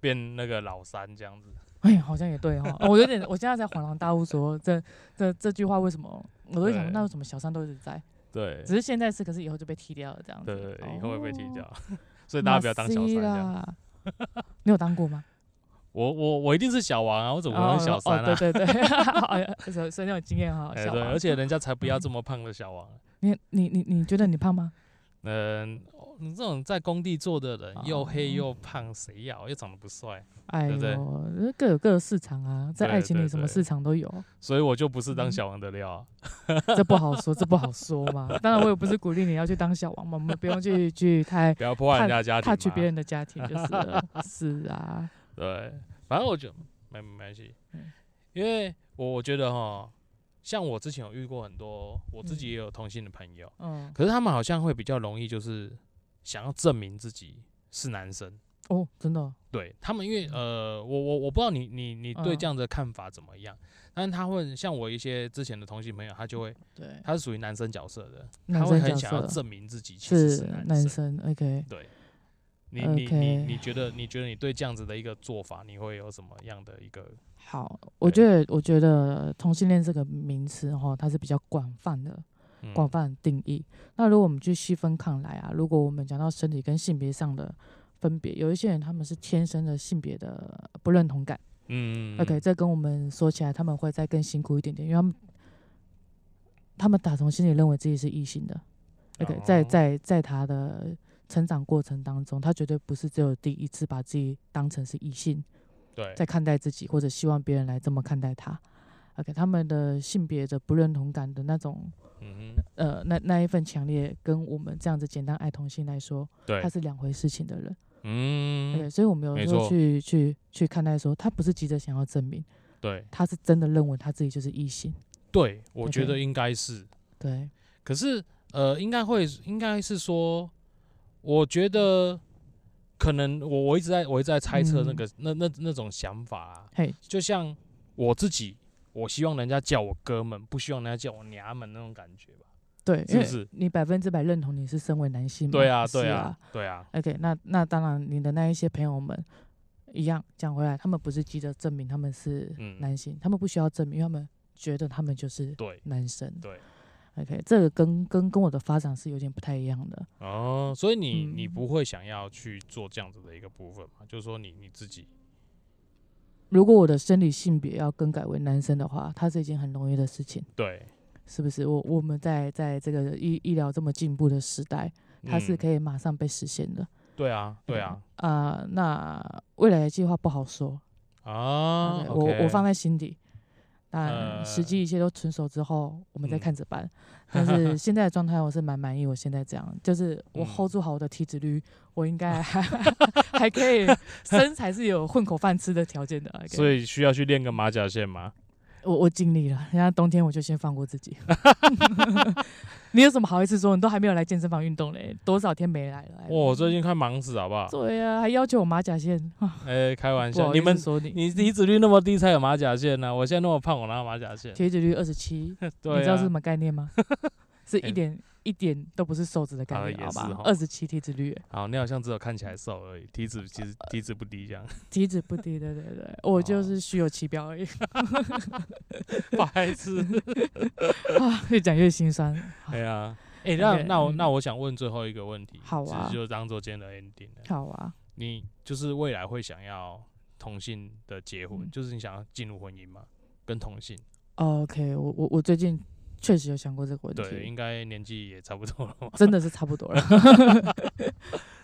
[SPEAKER 1] 变那个老三这样子。
[SPEAKER 2] 哎，好像也对哈、哦。我有点，我现在才恍然大悟说，这这这句话为什么？我都在想，
[SPEAKER 1] 对
[SPEAKER 2] 那为什么小三都一直在？
[SPEAKER 1] 对
[SPEAKER 2] 只是现在是，可是以后就被踢掉了这样子。
[SPEAKER 1] 对，以后会被踢
[SPEAKER 2] 哦
[SPEAKER 1] 掉， 所以大家不要当小三这样。
[SPEAKER 2] 马西啦你有当过吗？
[SPEAKER 1] 我我我一定是小王 啊，我怎么可
[SPEAKER 2] 哦
[SPEAKER 1] 能是小三 啊？
[SPEAKER 2] 哦对对对， 哎呀所以所以那种经验哈，
[SPEAKER 1] 哎
[SPEAKER 2] 小
[SPEAKER 1] 对，
[SPEAKER 2] 王
[SPEAKER 1] 而且人家才不 要这么胖的小王。
[SPEAKER 2] 啊
[SPEAKER 1] 啊
[SPEAKER 2] 你你你你觉得你胖吗？
[SPEAKER 1] 嗯，哦你这种在工地做的人，又黑
[SPEAKER 2] 哦
[SPEAKER 1] 又胖，谁要？又长得不帅，
[SPEAKER 2] 哎
[SPEAKER 1] 对
[SPEAKER 2] 呦，
[SPEAKER 1] 不对
[SPEAKER 2] 各有各的市场啊，在
[SPEAKER 1] 对
[SPEAKER 2] 爱情
[SPEAKER 1] 对
[SPEAKER 2] 里什么
[SPEAKER 1] 对
[SPEAKER 2] 市场都有，
[SPEAKER 1] 所以我就不是当
[SPEAKER 2] 嗯
[SPEAKER 1] 小王的料啊。
[SPEAKER 2] 这不好说，这不好说嘛。当然，我也不是鼓励你要去当小王嘛，我们不用去去太
[SPEAKER 1] 不要破坏人家
[SPEAKER 2] 怕
[SPEAKER 1] 家庭啊
[SPEAKER 2] 怕
[SPEAKER 1] 嘛。
[SPEAKER 2] 去别人的家庭就是了。 是啊，
[SPEAKER 1] 对，反正我觉得没没关系
[SPEAKER 2] 嗯，
[SPEAKER 1] 因为我我觉得哈，像我之前有遇过很多，我自己
[SPEAKER 2] 嗯
[SPEAKER 1] 也有同性的朋友，
[SPEAKER 2] 嗯，
[SPEAKER 1] 可是他们好像会比较容易就是想要证明自己是男生。
[SPEAKER 2] 哦，真的哦，
[SPEAKER 1] 对他们，因为呃，我我我不知道你你你对
[SPEAKER 2] 嗯
[SPEAKER 1] 这样的看法怎么样，但是他会像我一些之前的同性朋友，他就会
[SPEAKER 2] 对，
[SPEAKER 1] 他是属于男生角色的，他
[SPEAKER 2] 嗯男
[SPEAKER 1] 会
[SPEAKER 2] 生
[SPEAKER 1] 很
[SPEAKER 2] 角
[SPEAKER 1] 想要
[SPEAKER 2] 色
[SPEAKER 1] 证明自己其实
[SPEAKER 2] 是
[SPEAKER 1] 是男
[SPEAKER 2] 男
[SPEAKER 1] 生。
[SPEAKER 2] 生，OK。
[SPEAKER 1] 对，你你你
[SPEAKER 2] OK
[SPEAKER 1] 你觉得你觉得你对这样子的一个做法，你会有什么样的一个？
[SPEAKER 2] 好，我觉得我觉得同性恋这个名词哈，它是比较广泛的，
[SPEAKER 1] 嗯
[SPEAKER 2] 广泛的定义。那如果我们去细分看来啊，如果我们讲到身体跟性别上的分别，有一些人他们是天生的性别的不认同感。
[SPEAKER 1] 嗯
[SPEAKER 2] OK，这跟我们说起来，他们会再更辛苦一点点，因为他们他们打从心里认为自己是异性的。OK，、在
[SPEAKER 1] 哦
[SPEAKER 2] 在在他的成长过程当中，他绝对不是只有第一次把自己当成是异性。
[SPEAKER 1] 哦对
[SPEAKER 2] 在看待自己，或者希望别人来这么看待他。OK，他们的性别的不认同感的那种，
[SPEAKER 1] 嗯
[SPEAKER 2] 呃，那那一份强烈，跟我们这样子简单爱同性来说，
[SPEAKER 1] 哼对
[SPEAKER 2] 他是两回事情的人。
[SPEAKER 1] 嗯
[SPEAKER 2] OK，所以我们
[SPEAKER 1] 没
[SPEAKER 2] 有时候
[SPEAKER 1] 错
[SPEAKER 2] 去去去看待说，他不是急着想要证明，
[SPEAKER 1] 对
[SPEAKER 2] 他是真的认为他自己就是异性。
[SPEAKER 1] 对，我觉
[SPEAKER 2] OK
[SPEAKER 1] 得应该是，
[SPEAKER 2] 对，
[SPEAKER 1] 可是呃，应该会应该是说，我觉得可能我我一直在我一直在猜测那
[SPEAKER 2] 嗯
[SPEAKER 1] 个、那那那种想法、啊，
[SPEAKER 2] 嘿，
[SPEAKER 1] 就像我自己，我希望人家叫我哥们，不希望人家叫我娘们那种感觉吧。是
[SPEAKER 2] 对，
[SPEAKER 1] 不
[SPEAKER 2] 因
[SPEAKER 1] 是
[SPEAKER 2] 为你百分之百认同你是身为男性嘛？
[SPEAKER 1] 对啊，对
[SPEAKER 2] 是
[SPEAKER 1] 啊，对啊，
[SPEAKER 2] OK，那那当然，你的那一些朋友们一样讲回来，他们不是急着证明他们是
[SPEAKER 1] 嗯
[SPEAKER 2] 男性，他们不需要证明，因为他们觉得他们就是
[SPEAKER 1] 对
[SPEAKER 2] 男生。
[SPEAKER 1] 对。
[SPEAKER 2] OK，这个跟跟跟我的发展是有点不太一样的。
[SPEAKER 1] 哦，所以你你
[SPEAKER 2] 嗯
[SPEAKER 1] 不会想要去做这样子的一个部分嘛？就是说你你自己，
[SPEAKER 2] 如果我的生理性别要更改为男生的话，它是一件很容易的事情，
[SPEAKER 1] 对，
[SPEAKER 2] 是不是？我我们在在这个医医疗这么进步的时代，它是
[SPEAKER 1] 嗯
[SPEAKER 2] 可以马上被实现的。
[SPEAKER 1] 对啊，对啊，
[SPEAKER 2] 啊、那未来的计划不好说，
[SPEAKER 1] 啊
[SPEAKER 2] OK，我我放在心底。
[SPEAKER 1] 呃
[SPEAKER 2] 但实际一切都成熟之后，我们再
[SPEAKER 1] 嗯
[SPEAKER 2] 看着办。 但是现在的状态我是蛮满意，我现在这样，就是我
[SPEAKER 1] 嗯
[SPEAKER 2] hold 住好我的体脂率，我应该还 还可以，身材是有混口饭吃的条件的。OK
[SPEAKER 1] 所以需要去练个马甲线吗？
[SPEAKER 2] 我我尽力了，人家冬天我就先放过自己。 你有什么好意思说？你都还没有来健身房运动嘞，多少天没来了？
[SPEAKER 1] 哇我最近快忙死好不好？
[SPEAKER 2] 对呀、还要求我马甲线，啊
[SPEAKER 1] 哎，开玩
[SPEAKER 2] 不
[SPEAKER 1] 笑，
[SPEAKER 2] 好
[SPEAKER 1] 你
[SPEAKER 2] 意思
[SPEAKER 1] 们
[SPEAKER 2] 说你
[SPEAKER 1] 你体脂率那么低才有马甲线呢，啊我现在那么胖，我哪有马甲线？
[SPEAKER 2] 体脂率二十七，你
[SPEAKER 1] 对
[SPEAKER 2] 知道是什
[SPEAKER 1] 啊，
[SPEAKER 2] 么概 念吗？是
[SPEAKER 1] 哎
[SPEAKER 2] 一点一点都不是瘦子的概
[SPEAKER 1] 啊
[SPEAKER 2] 念，
[SPEAKER 1] 也
[SPEAKER 2] 好
[SPEAKER 1] 是
[SPEAKER 2] 吧
[SPEAKER 1] 吼？
[SPEAKER 2] 二十七体脂 率，
[SPEAKER 1] 好，你好像只有看起来瘦而已，体脂其实
[SPEAKER 2] 啊
[SPEAKER 1] 体脂不低这 样，
[SPEAKER 2] 体脂不低，对对对，我
[SPEAKER 1] 哦
[SPEAKER 2] 就是虚有其表而已。
[SPEAKER 1] 白痴。
[SPEAKER 2] 啊，越讲越心酸。
[SPEAKER 1] 哎呀，哎，那
[SPEAKER 2] OK，
[SPEAKER 1] 那我
[SPEAKER 2] 嗯
[SPEAKER 1] 那我想问最后一个问题，
[SPEAKER 2] 好
[SPEAKER 1] 其
[SPEAKER 2] 啊
[SPEAKER 1] 实就当做今天的 ending 了。
[SPEAKER 2] 好啊，
[SPEAKER 1] 你就是未来会想要同性的结婚，
[SPEAKER 2] 嗯
[SPEAKER 1] 就是你想要进入婚姻吗？跟同性，
[SPEAKER 2] OK，我我我最近确实有想过这个问
[SPEAKER 1] 对，
[SPEAKER 2] 题，
[SPEAKER 1] 应该年纪也差不 多了嘛。
[SPEAKER 2] 真的是差不多了。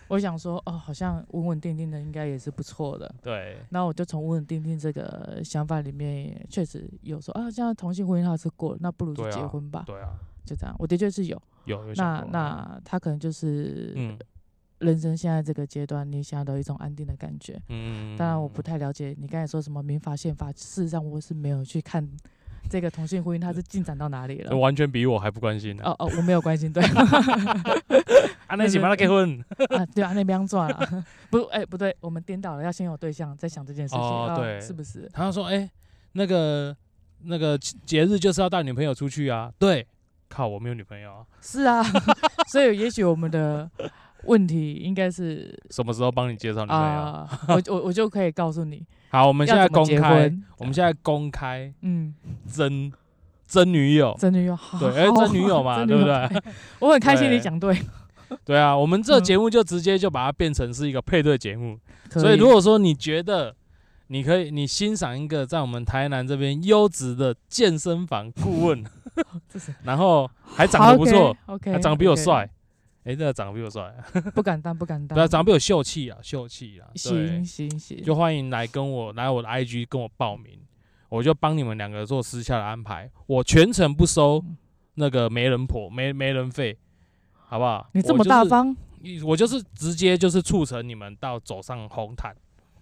[SPEAKER 2] 我想说，哦，好像稳稳定定的应该也是不错的。
[SPEAKER 1] 对，
[SPEAKER 2] 那我就从稳稳定定这个想法里面，确实有说啊，现在同性婚姻它是过了，那不如就
[SPEAKER 1] 对啊
[SPEAKER 2] 结婚吧，
[SPEAKER 1] 对啊，
[SPEAKER 2] 就这样。我的确是有，
[SPEAKER 1] 有有想
[SPEAKER 2] 那
[SPEAKER 1] 过啊，
[SPEAKER 2] 那他可能就是
[SPEAKER 1] 嗯
[SPEAKER 2] 人生现在这个阶段，你想要的一种安定的感觉。
[SPEAKER 1] 嗯，
[SPEAKER 2] 当然，我不太了解你刚才说什么民法宪法，事实上我是没有去看这个同性婚姻它是进展到哪里了。
[SPEAKER 1] 完全比我还不关心呢、
[SPEAKER 2] 哦哦，我没有关 心，对
[SPEAKER 1] 啊，那起码他结婚
[SPEAKER 2] 啊，对啊，那边转了， 不，哎、不对，我们颠倒了，要先有对象再想这件事情，
[SPEAKER 1] 哦
[SPEAKER 2] 啊
[SPEAKER 1] 对
[SPEAKER 2] 是不是？
[SPEAKER 1] 他说：“哎、那个那个节日就是要带女朋友出去啊。”对，靠，我没有女朋友啊，
[SPEAKER 2] 是啊， 所以也许我们的问题应该是
[SPEAKER 1] 什么时候帮哦你介绍女朋友？
[SPEAKER 2] 啊、我我我就可以告诉你，
[SPEAKER 1] 好，我们现
[SPEAKER 2] 要
[SPEAKER 1] 在
[SPEAKER 2] 怎么
[SPEAKER 1] 公
[SPEAKER 2] 结
[SPEAKER 1] 开，
[SPEAKER 2] 婚，
[SPEAKER 1] 我们现在公开
[SPEAKER 2] 嗯，
[SPEAKER 1] 真真女友，
[SPEAKER 2] 真女友好，
[SPEAKER 1] 对，哎、真女友嘛，
[SPEAKER 2] 真
[SPEAKER 1] 对不
[SPEAKER 2] 女友
[SPEAKER 1] 对？
[SPEAKER 2] 我很开心
[SPEAKER 1] 对
[SPEAKER 2] 你讲对，
[SPEAKER 1] 对啊，我们这
[SPEAKER 2] 嗯
[SPEAKER 1] 节目就直接就把它变成是一个配对节目。
[SPEAKER 2] 可
[SPEAKER 1] 所以如果说你觉得你可以，你欣赏一个在我们台南这边优质的健身房顾问，
[SPEAKER 2] 这是
[SPEAKER 1] 然后还哎长得不错，
[SPEAKER 2] ，OK，
[SPEAKER 1] 还啊长得比我帅，哎，这个长得比我帅，
[SPEAKER 2] 不敢当，不敢当，
[SPEAKER 1] 对啊，长得比我秀气啊，秀气啊，对
[SPEAKER 2] 行，行行，
[SPEAKER 1] 就欢迎来跟我来我的 IG 跟我报名，我就帮你们两个做私下的安排，我全程不收
[SPEAKER 2] 嗯
[SPEAKER 1] 那个媒人婆媒媒人费，好不好？
[SPEAKER 2] 你这
[SPEAKER 1] 我
[SPEAKER 2] 么
[SPEAKER 1] 就
[SPEAKER 2] 大
[SPEAKER 1] 是
[SPEAKER 2] 方，
[SPEAKER 1] 你我就是直接就是促成你们到走上红毯。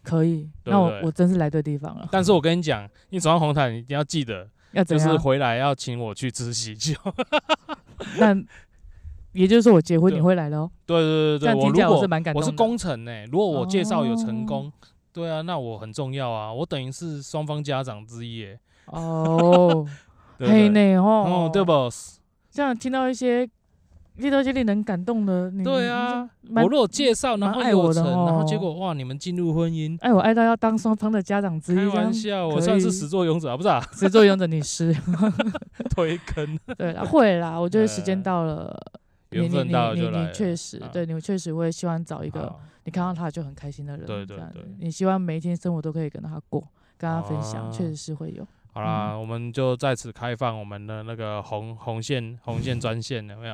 [SPEAKER 2] 可以，
[SPEAKER 1] 对
[SPEAKER 2] 那
[SPEAKER 1] 不
[SPEAKER 2] 我
[SPEAKER 1] 对
[SPEAKER 2] 我真是来对地方了，
[SPEAKER 1] 但是我跟你讲，你走上红毯，你一定要记得，
[SPEAKER 2] 要怎
[SPEAKER 1] 就是
[SPEAKER 2] 样？
[SPEAKER 1] 回来要请我去吃喜酒。
[SPEAKER 2] 那也就是说，我结婚
[SPEAKER 1] 对
[SPEAKER 2] 你会来喽？
[SPEAKER 1] 对对对
[SPEAKER 2] 这
[SPEAKER 1] 对，
[SPEAKER 2] 样
[SPEAKER 1] 我
[SPEAKER 2] 听
[SPEAKER 1] 如
[SPEAKER 2] 起来我是
[SPEAKER 1] 果
[SPEAKER 2] 蛮感动
[SPEAKER 1] 我
[SPEAKER 2] 的。
[SPEAKER 1] 是功臣呢、如果我介绍有成
[SPEAKER 2] 哦
[SPEAKER 1] 功，对啊，那我很重要啊，我等于是双方家长之一、欸，
[SPEAKER 2] 哦，
[SPEAKER 1] 对
[SPEAKER 2] 嘿
[SPEAKER 1] 不对？
[SPEAKER 2] 呢哦
[SPEAKER 1] 哦，，对？不？
[SPEAKER 2] 这样听到一些，听到一些令人感动的，你
[SPEAKER 1] 对，啊，
[SPEAKER 2] 你嗯蛮
[SPEAKER 1] 我如果介绍，然
[SPEAKER 2] 蛮
[SPEAKER 1] 后
[SPEAKER 2] 爱
[SPEAKER 1] 有
[SPEAKER 2] 我的
[SPEAKER 1] 成，然后结
[SPEAKER 2] 哦
[SPEAKER 1] 果哇，你们进入婚姻，
[SPEAKER 2] 哎爱我爱到要当双方的家长之一，
[SPEAKER 1] 开
[SPEAKER 2] 这样
[SPEAKER 1] 玩笑，我
[SPEAKER 2] 可
[SPEAKER 1] 算是
[SPEAKER 2] 以
[SPEAKER 1] 始作俑者啊，不是 啊，
[SPEAKER 2] 始作俑者你是，
[SPEAKER 1] 推坑，
[SPEAKER 2] 对啦，会啦，我觉得时间
[SPEAKER 1] 呃
[SPEAKER 2] 到了。你
[SPEAKER 1] 缘
[SPEAKER 2] 你
[SPEAKER 1] 分
[SPEAKER 2] 你
[SPEAKER 1] 到了
[SPEAKER 2] 你
[SPEAKER 1] 就来
[SPEAKER 2] 你
[SPEAKER 1] 了
[SPEAKER 2] 确实，
[SPEAKER 1] 啊
[SPEAKER 2] 对你确实会希望找一个
[SPEAKER 1] 好
[SPEAKER 2] 你看到他就很开心的人，
[SPEAKER 1] 对
[SPEAKER 2] 这
[SPEAKER 1] 对
[SPEAKER 2] 样子
[SPEAKER 1] 对
[SPEAKER 2] 你希望每一天生活都可以跟他过，跟他分享，确
[SPEAKER 1] 啊
[SPEAKER 2] 实是会有。
[SPEAKER 1] 好
[SPEAKER 2] 嗯
[SPEAKER 1] 啦，我们就在此开放我们的那个红红线红线专线，有没有？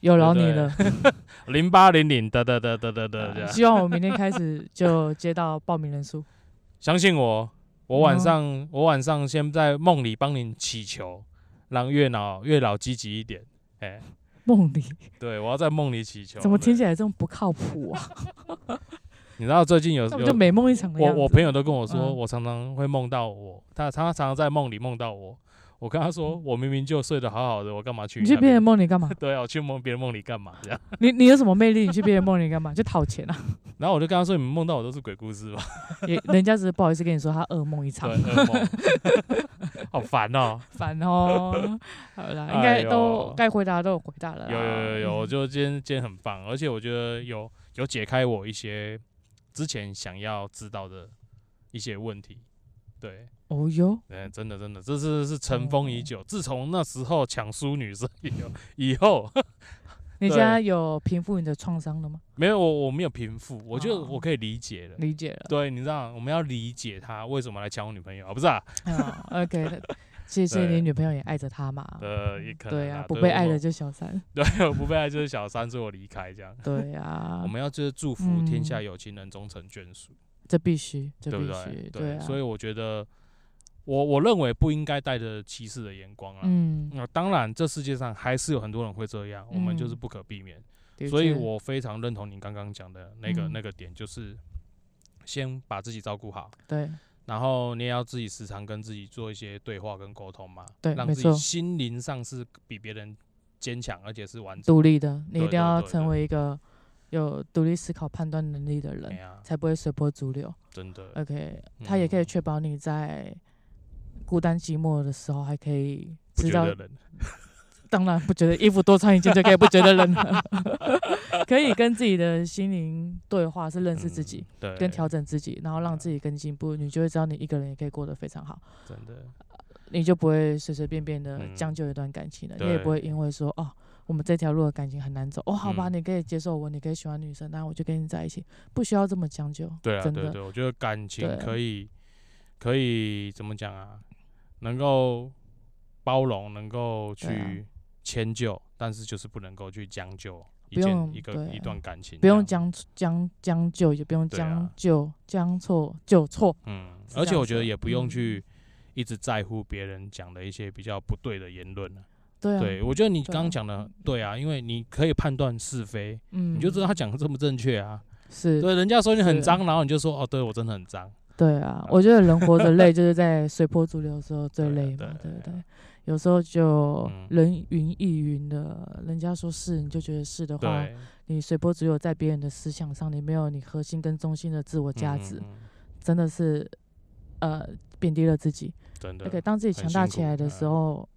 [SPEAKER 2] 有
[SPEAKER 1] 对
[SPEAKER 2] 劳你
[SPEAKER 1] 对
[SPEAKER 2] 了，
[SPEAKER 1] 零八零零得得得得得得
[SPEAKER 2] 呃
[SPEAKER 1] 这样。
[SPEAKER 2] 希望我明天开始就接到报名人数。
[SPEAKER 1] 相信我，我晚
[SPEAKER 2] 嗯
[SPEAKER 1] 上、我晚上先在梦里帮您祈求，让月老月老积极一点。哎、
[SPEAKER 2] 梦里
[SPEAKER 1] 对我要在梦里祈求。
[SPEAKER 2] 怎么听起
[SPEAKER 1] 来？
[SPEAKER 2] 来这么不靠谱啊？
[SPEAKER 1] 你知道最近有
[SPEAKER 2] 那不就
[SPEAKER 1] 有
[SPEAKER 2] 美梦一场的
[SPEAKER 1] 我
[SPEAKER 2] 样子
[SPEAKER 1] 我朋友都跟我说，
[SPEAKER 2] 嗯
[SPEAKER 1] 我常常会梦到我，他他常常在梦里梦到我。我跟他说，我明明就睡得好好的，我干嘛去
[SPEAKER 2] 嗯你去
[SPEAKER 1] 那
[SPEAKER 2] 别人
[SPEAKER 1] 边？
[SPEAKER 2] 梦里干嘛？
[SPEAKER 1] 对啊，我去梦别人梦里干嘛这样？
[SPEAKER 2] 你你有什么魅力？你去别人梦里干嘛？就讨钱啊！
[SPEAKER 1] 然后我就跟他说，你们梦到我都是鬼故事 吧？
[SPEAKER 2] 也人家只是不好意思跟你说他噩梦一场
[SPEAKER 1] 对，，噩梦， 好烦哦、
[SPEAKER 2] 烦哦。 好啦，应
[SPEAKER 1] 哎
[SPEAKER 2] 该
[SPEAKER 1] 呦
[SPEAKER 2] 都该回答都有回答了啦。
[SPEAKER 1] 有有有有，我
[SPEAKER 2] 嗯
[SPEAKER 1] 就今天今天很棒，而且我觉得有有解开我一些之前想要知道的一些问题。对，
[SPEAKER 2] 哦哟，
[SPEAKER 1] 嗯，真的真的，这是是尘封已
[SPEAKER 2] 嗯
[SPEAKER 1] 久。自从那时候抢输女生以后， 以后
[SPEAKER 2] 你
[SPEAKER 1] 对
[SPEAKER 2] 现在有平复你的创伤了吗？
[SPEAKER 1] 没有我我没有平复，我觉得
[SPEAKER 2] 哦
[SPEAKER 1] 我可以理解了。
[SPEAKER 2] 理解 了。
[SPEAKER 1] 对，你知道我们要理解他为什么来抢我女朋友啊？不是啊，
[SPEAKER 2] 啊 OK，那谢谢
[SPEAKER 1] 对
[SPEAKER 2] 你女朋友也爱着他嘛。
[SPEAKER 1] 呃，也可能
[SPEAKER 2] 哦对
[SPEAKER 1] 啊
[SPEAKER 2] 啊，，不被爱
[SPEAKER 1] 我
[SPEAKER 2] 的就小三。
[SPEAKER 1] 对，我不被爱就是小三，所以我离开这样。
[SPEAKER 2] 对啊
[SPEAKER 1] 我，们要就是祝福天下
[SPEAKER 2] 嗯
[SPEAKER 1] 有情人终成眷属。
[SPEAKER 2] 这必须，这
[SPEAKER 1] 对
[SPEAKER 2] 必
[SPEAKER 1] 不
[SPEAKER 2] 须，
[SPEAKER 1] 对，
[SPEAKER 2] 啊。
[SPEAKER 1] 所以我觉得，我我认为不应该带着歧视的眼光啦。啊
[SPEAKER 2] 嗯，
[SPEAKER 1] 那、当然，这世界上还是有很多人会这样，我们就是
[SPEAKER 2] 嗯
[SPEAKER 1] 不可避免。
[SPEAKER 2] 的
[SPEAKER 1] 所以
[SPEAKER 2] 确
[SPEAKER 1] 我非常认同您刚刚讲的那个、
[SPEAKER 2] 嗯
[SPEAKER 1] 那个点，就是先把自己照顾好，
[SPEAKER 2] 对
[SPEAKER 1] 然后你也要自己时常跟自己做一些对话跟沟通嘛，
[SPEAKER 2] 对
[SPEAKER 1] 让
[SPEAKER 2] 没
[SPEAKER 1] 自己
[SPEAKER 2] 错
[SPEAKER 1] 心灵上是比别人坚强，而且是完整
[SPEAKER 2] 独立的，
[SPEAKER 1] 对
[SPEAKER 2] 你一
[SPEAKER 1] 对
[SPEAKER 2] 定要
[SPEAKER 1] 对
[SPEAKER 2] 成
[SPEAKER 1] 对
[SPEAKER 2] 为一个有独立思考、判断能力的
[SPEAKER 1] 的
[SPEAKER 2] 人，
[SPEAKER 1] 哎呀，
[SPEAKER 2] 才不会随波逐流。
[SPEAKER 1] 真的，
[SPEAKER 2] OK，他也可以
[SPEAKER 1] 嗯
[SPEAKER 2] 确保你在孤单寂寞的时候，还可以
[SPEAKER 1] 不
[SPEAKER 2] 知
[SPEAKER 1] 觉
[SPEAKER 2] 道
[SPEAKER 1] 得，人
[SPEAKER 2] 当然不觉得衣服多穿一件就可以不觉得 冷了，可以跟自己的心灵对话，是认识自己。，
[SPEAKER 1] 嗯对，
[SPEAKER 2] 跟调整自己，然后让自己更进步，你就会知道你一个人也可以过得非常好，
[SPEAKER 1] 真的，
[SPEAKER 2] 你就不会随随便便的
[SPEAKER 1] 嗯
[SPEAKER 2] 将就一段感情了，你也不会
[SPEAKER 1] 对
[SPEAKER 2] 因为说哦，我们这条路的感情很难走，哦，好吧，
[SPEAKER 1] 嗯
[SPEAKER 2] 你可以接受我，你可以喜欢女生，那我就跟你在一起，不需要这么将就，
[SPEAKER 1] 对啊，
[SPEAKER 2] 真
[SPEAKER 1] 对
[SPEAKER 2] 的，
[SPEAKER 1] 对，我觉得感情
[SPEAKER 2] 对啊
[SPEAKER 1] 可以可以怎么讲啊？能够包容，能够
[SPEAKER 2] 对啊
[SPEAKER 1] 去迁就，但是就是不能够去将就一
[SPEAKER 2] 不
[SPEAKER 1] 件
[SPEAKER 2] 用
[SPEAKER 1] 一个、
[SPEAKER 2] 对
[SPEAKER 1] 一
[SPEAKER 2] 啊
[SPEAKER 1] 段感情，
[SPEAKER 2] 不用，将将将就，也不用
[SPEAKER 1] 对啊
[SPEAKER 2] 将就将错就错，
[SPEAKER 1] 嗯，
[SPEAKER 2] 是这
[SPEAKER 1] 而且
[SPEAKER 2] 样
[SPEAKER 1] 我觉得
[SPEAKER 2] 子
[SPEAKER 1] 也不用
[SPEAKER 2] 嗯
[SPEAKER 1] 去一直在乎别人讲的一些比较不对的言论、啊、
[SPEAKER 2] 对啊，
[SPEAKER 1] 对，我觉得你
[SPEAKER 2] 对
[SPEAKER 1] 刚刚
[SPEAKER 2] 啊
[SPEAKER 1] 讲的对啊，因为你可以判断是非，
[SPEAKER 2] 嗯，
[SPEAKER 1] 你就知道他讲的正不正确啊。
[SPEAKER 2] 是，
[SPEAKER 1] 对，人家说你很
[SPEAKER 2] 是
[SPEAKER 1] 脏，然后你就说哦，对我真的很脏，
[SPEAKER 2] 对啊，我觉得人活着累，就是在随波逐流的时候最
[SPEAKER 1] 对啊
[SPEAKER 2] 累
[SPEAKER 1] 对
[SPEAKER 2] 嘛
[SPEAKER 1] 啊，
[SPEAKER 2] 对不
[SPEAKER 1] 对
[SPEAKER 2] 对？有时候就
[SPEAKER 1] 嗯
[SPEAKER 2] 人云亦云的，人家说是你就觉得是的话，
[SPEAKER 1] 对，
[SPEAKER 2] 你随波逐流在别人的思想上，你没有你核心跟中心的自我价
[SPEAKER 1] 嗯嗯
[SPEAKER 2] 值，
[SPEAKER 1] 嗯
[SPEAKER 2] 真的是呃贬低了自己。
[SPEAKER 1] 真
[SPEAKER 2] 而且
[SPEAKER 1] 的，
[SPEAKER 2] 当自己
[SPEAKER 1] 很
[SPEAKER 2] 强大
[SPEAKER 1] 辛
[SPEAKER 2] 起来
[SPEAKER 1] 苦啊
[SPEAKER 2] 的时候，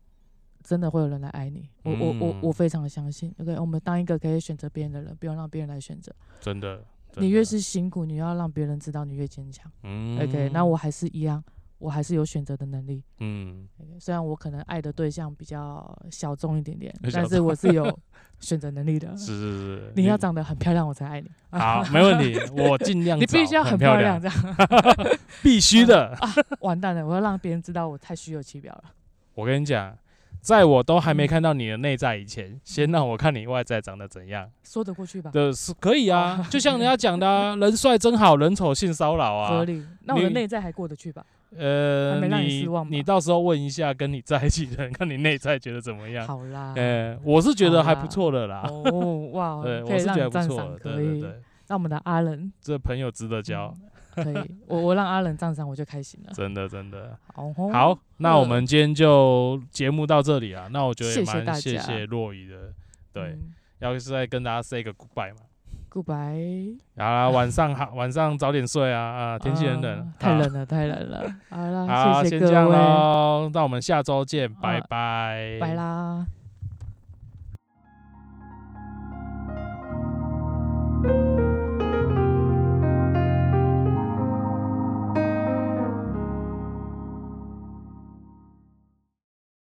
[SPEAKER 2] 真的会有人来爱你。我我我我
[SPEAKER 1] 嗯
[SPEAKER 2] 非常相信。OK，我们当一个可以选择别人的人，不用让别人来选择。
[SPEAKER 1] 真的，真
[SPEAKER 2] 你越
[SPEAKER 1] 的，
[SPEAKER 2] 是辛苦，你要让别人知道你越坚强。
[SPEAKER 1] 嗯
[SPEAKER 2] OK，那我还是一样，我还是有选择的能力。
[SPEAKER 1] 嗯，，
[SPEAKER 2] OK，虽然我可能爱的对象比较小众一点点
[SPEAKER 1] 小
[SPEAKER 2] 但是
[SPEAKER 1] 众
[SPEAKER 2] 我是 有选择能力的。
[SPEAKER 1] 是是是，
[SPEAKER 2] 你要长得很漂亮，我才爱你。
[SPEAKER 1] 好，没问题，我尽量
[SPEAKER 2] 你必
[SPEAKER 1] 找
[SPEAKER 2] 须要
[SPEAKER 1] 很
[SPEAKER 2] 漂嗯
[SPEAKER 1] 亮，
[SPEAKER 2] 这样
[SPEAKER 1] 必须的。啊
[SPEAKER 2] 完蛋了，我要让别人知道我太虚有其表了。
[SPEAKER 1] 我跟你讲，在我都
[SPEAKER 2] 嗯
[SPEAKER 1] 还没看到你的内在以前，先让我看你外在长得怎样。
[SPEAKER 2] 说得过去吧？
[SPEAKER 1] 的是可以
[SPEAKER 2] 哦
[SPEAKER 1] 啊，就像人家讲的、 啊，人帅真好，人丑性骚扰
[SPEAKER 2] 合
[SPEAKER 1] 啊。
[SPEAKER 2] 理。那我的
[SPEAKER 1] 你
[SPEAKER 2] 内在还过得去吧？
[SPEAKER 1] 呃，
[SPEAKER 2] 还没让你
[SPEAKER 1] 你
[SPEAKER 2] 失望吧
[SPEAKER 1] 你到时候问一下跟你在一起的人，看你内在觉得怎么样。
[SPEAKER 2] 好啦。
[SPEAKER 1] 呃，我是觉得还不
[SPEAKER 2] 好啦
[SPEAKER 1] 错的啦。
[SPEAKER 2] 哦，哇，
[SPEAKER 1] 对，
[SPEAKER 2] 可
[SPEAKER 1] 我
[SPEAKER 2] 以
[SPEAKER 1] 是觉
[SPEAKER 2] 让
[SPEAKER 1] 得不
[SPEAKER 2] 你赞
[SPEAKER 1] 错
[SPEAKER 2] 赏，
[SPEAKER 1] 的。
[SPEAKER 2] 可
[SPEAKER 1] 对对
[SPEAKER 2] 以嗯
[SPEAKER 1] 对，
[SPEAKER 2] 让我们的阿仁
[SPEAKER 1] 这朋友值得交，
[SPEAKER 2] 可以，我我让阿仁赞赏我就开心了。
[SPEAKER 1] 真的真的。
[SPEAKER 2] 好哦，
[SPEAKER 1] 好，那我
[SPEAKER 2] 嗯
[SPEAKER 1] 们今天就节目到这里啊。那我觉得也
[SPEAKER 2] 谢谢
[SPEAKER 1] 蛮
[SPEAKER 2] 大
[SPEAKER 1] 谢
[SPEAKER 2] 家
[SPEAKER 1] 谢若雨的，对，
[SPEAKER 2] 嗯
[SPEAKER 1] 要是再跟大家 say 个 goodbye 嘛。
[SPEAKER 2] ，Goodbye。
[SPEAKER 1] 啊，晚上好，晚上早点睡啊啊，天气很冷
[SPEAKER 2] 啊，太
[SPEAKER 1] 啊
[SPEAKER 2] 冷了，太冷了。好啦，
[SPEAKER 1] 好，
[SPEAKER 2] 谢谢
[SPEAKER 1] 先
[SPEAKER 2] 各
[SPEAKER 1] 这样
[SPEAKER 2] 位，
[SPEAKER 1] 喽，那我们下周见，拜
[SPEAKER 2] 啊
[SPEAKER 1] 拜，
[SPEAKER 2] 拜啦。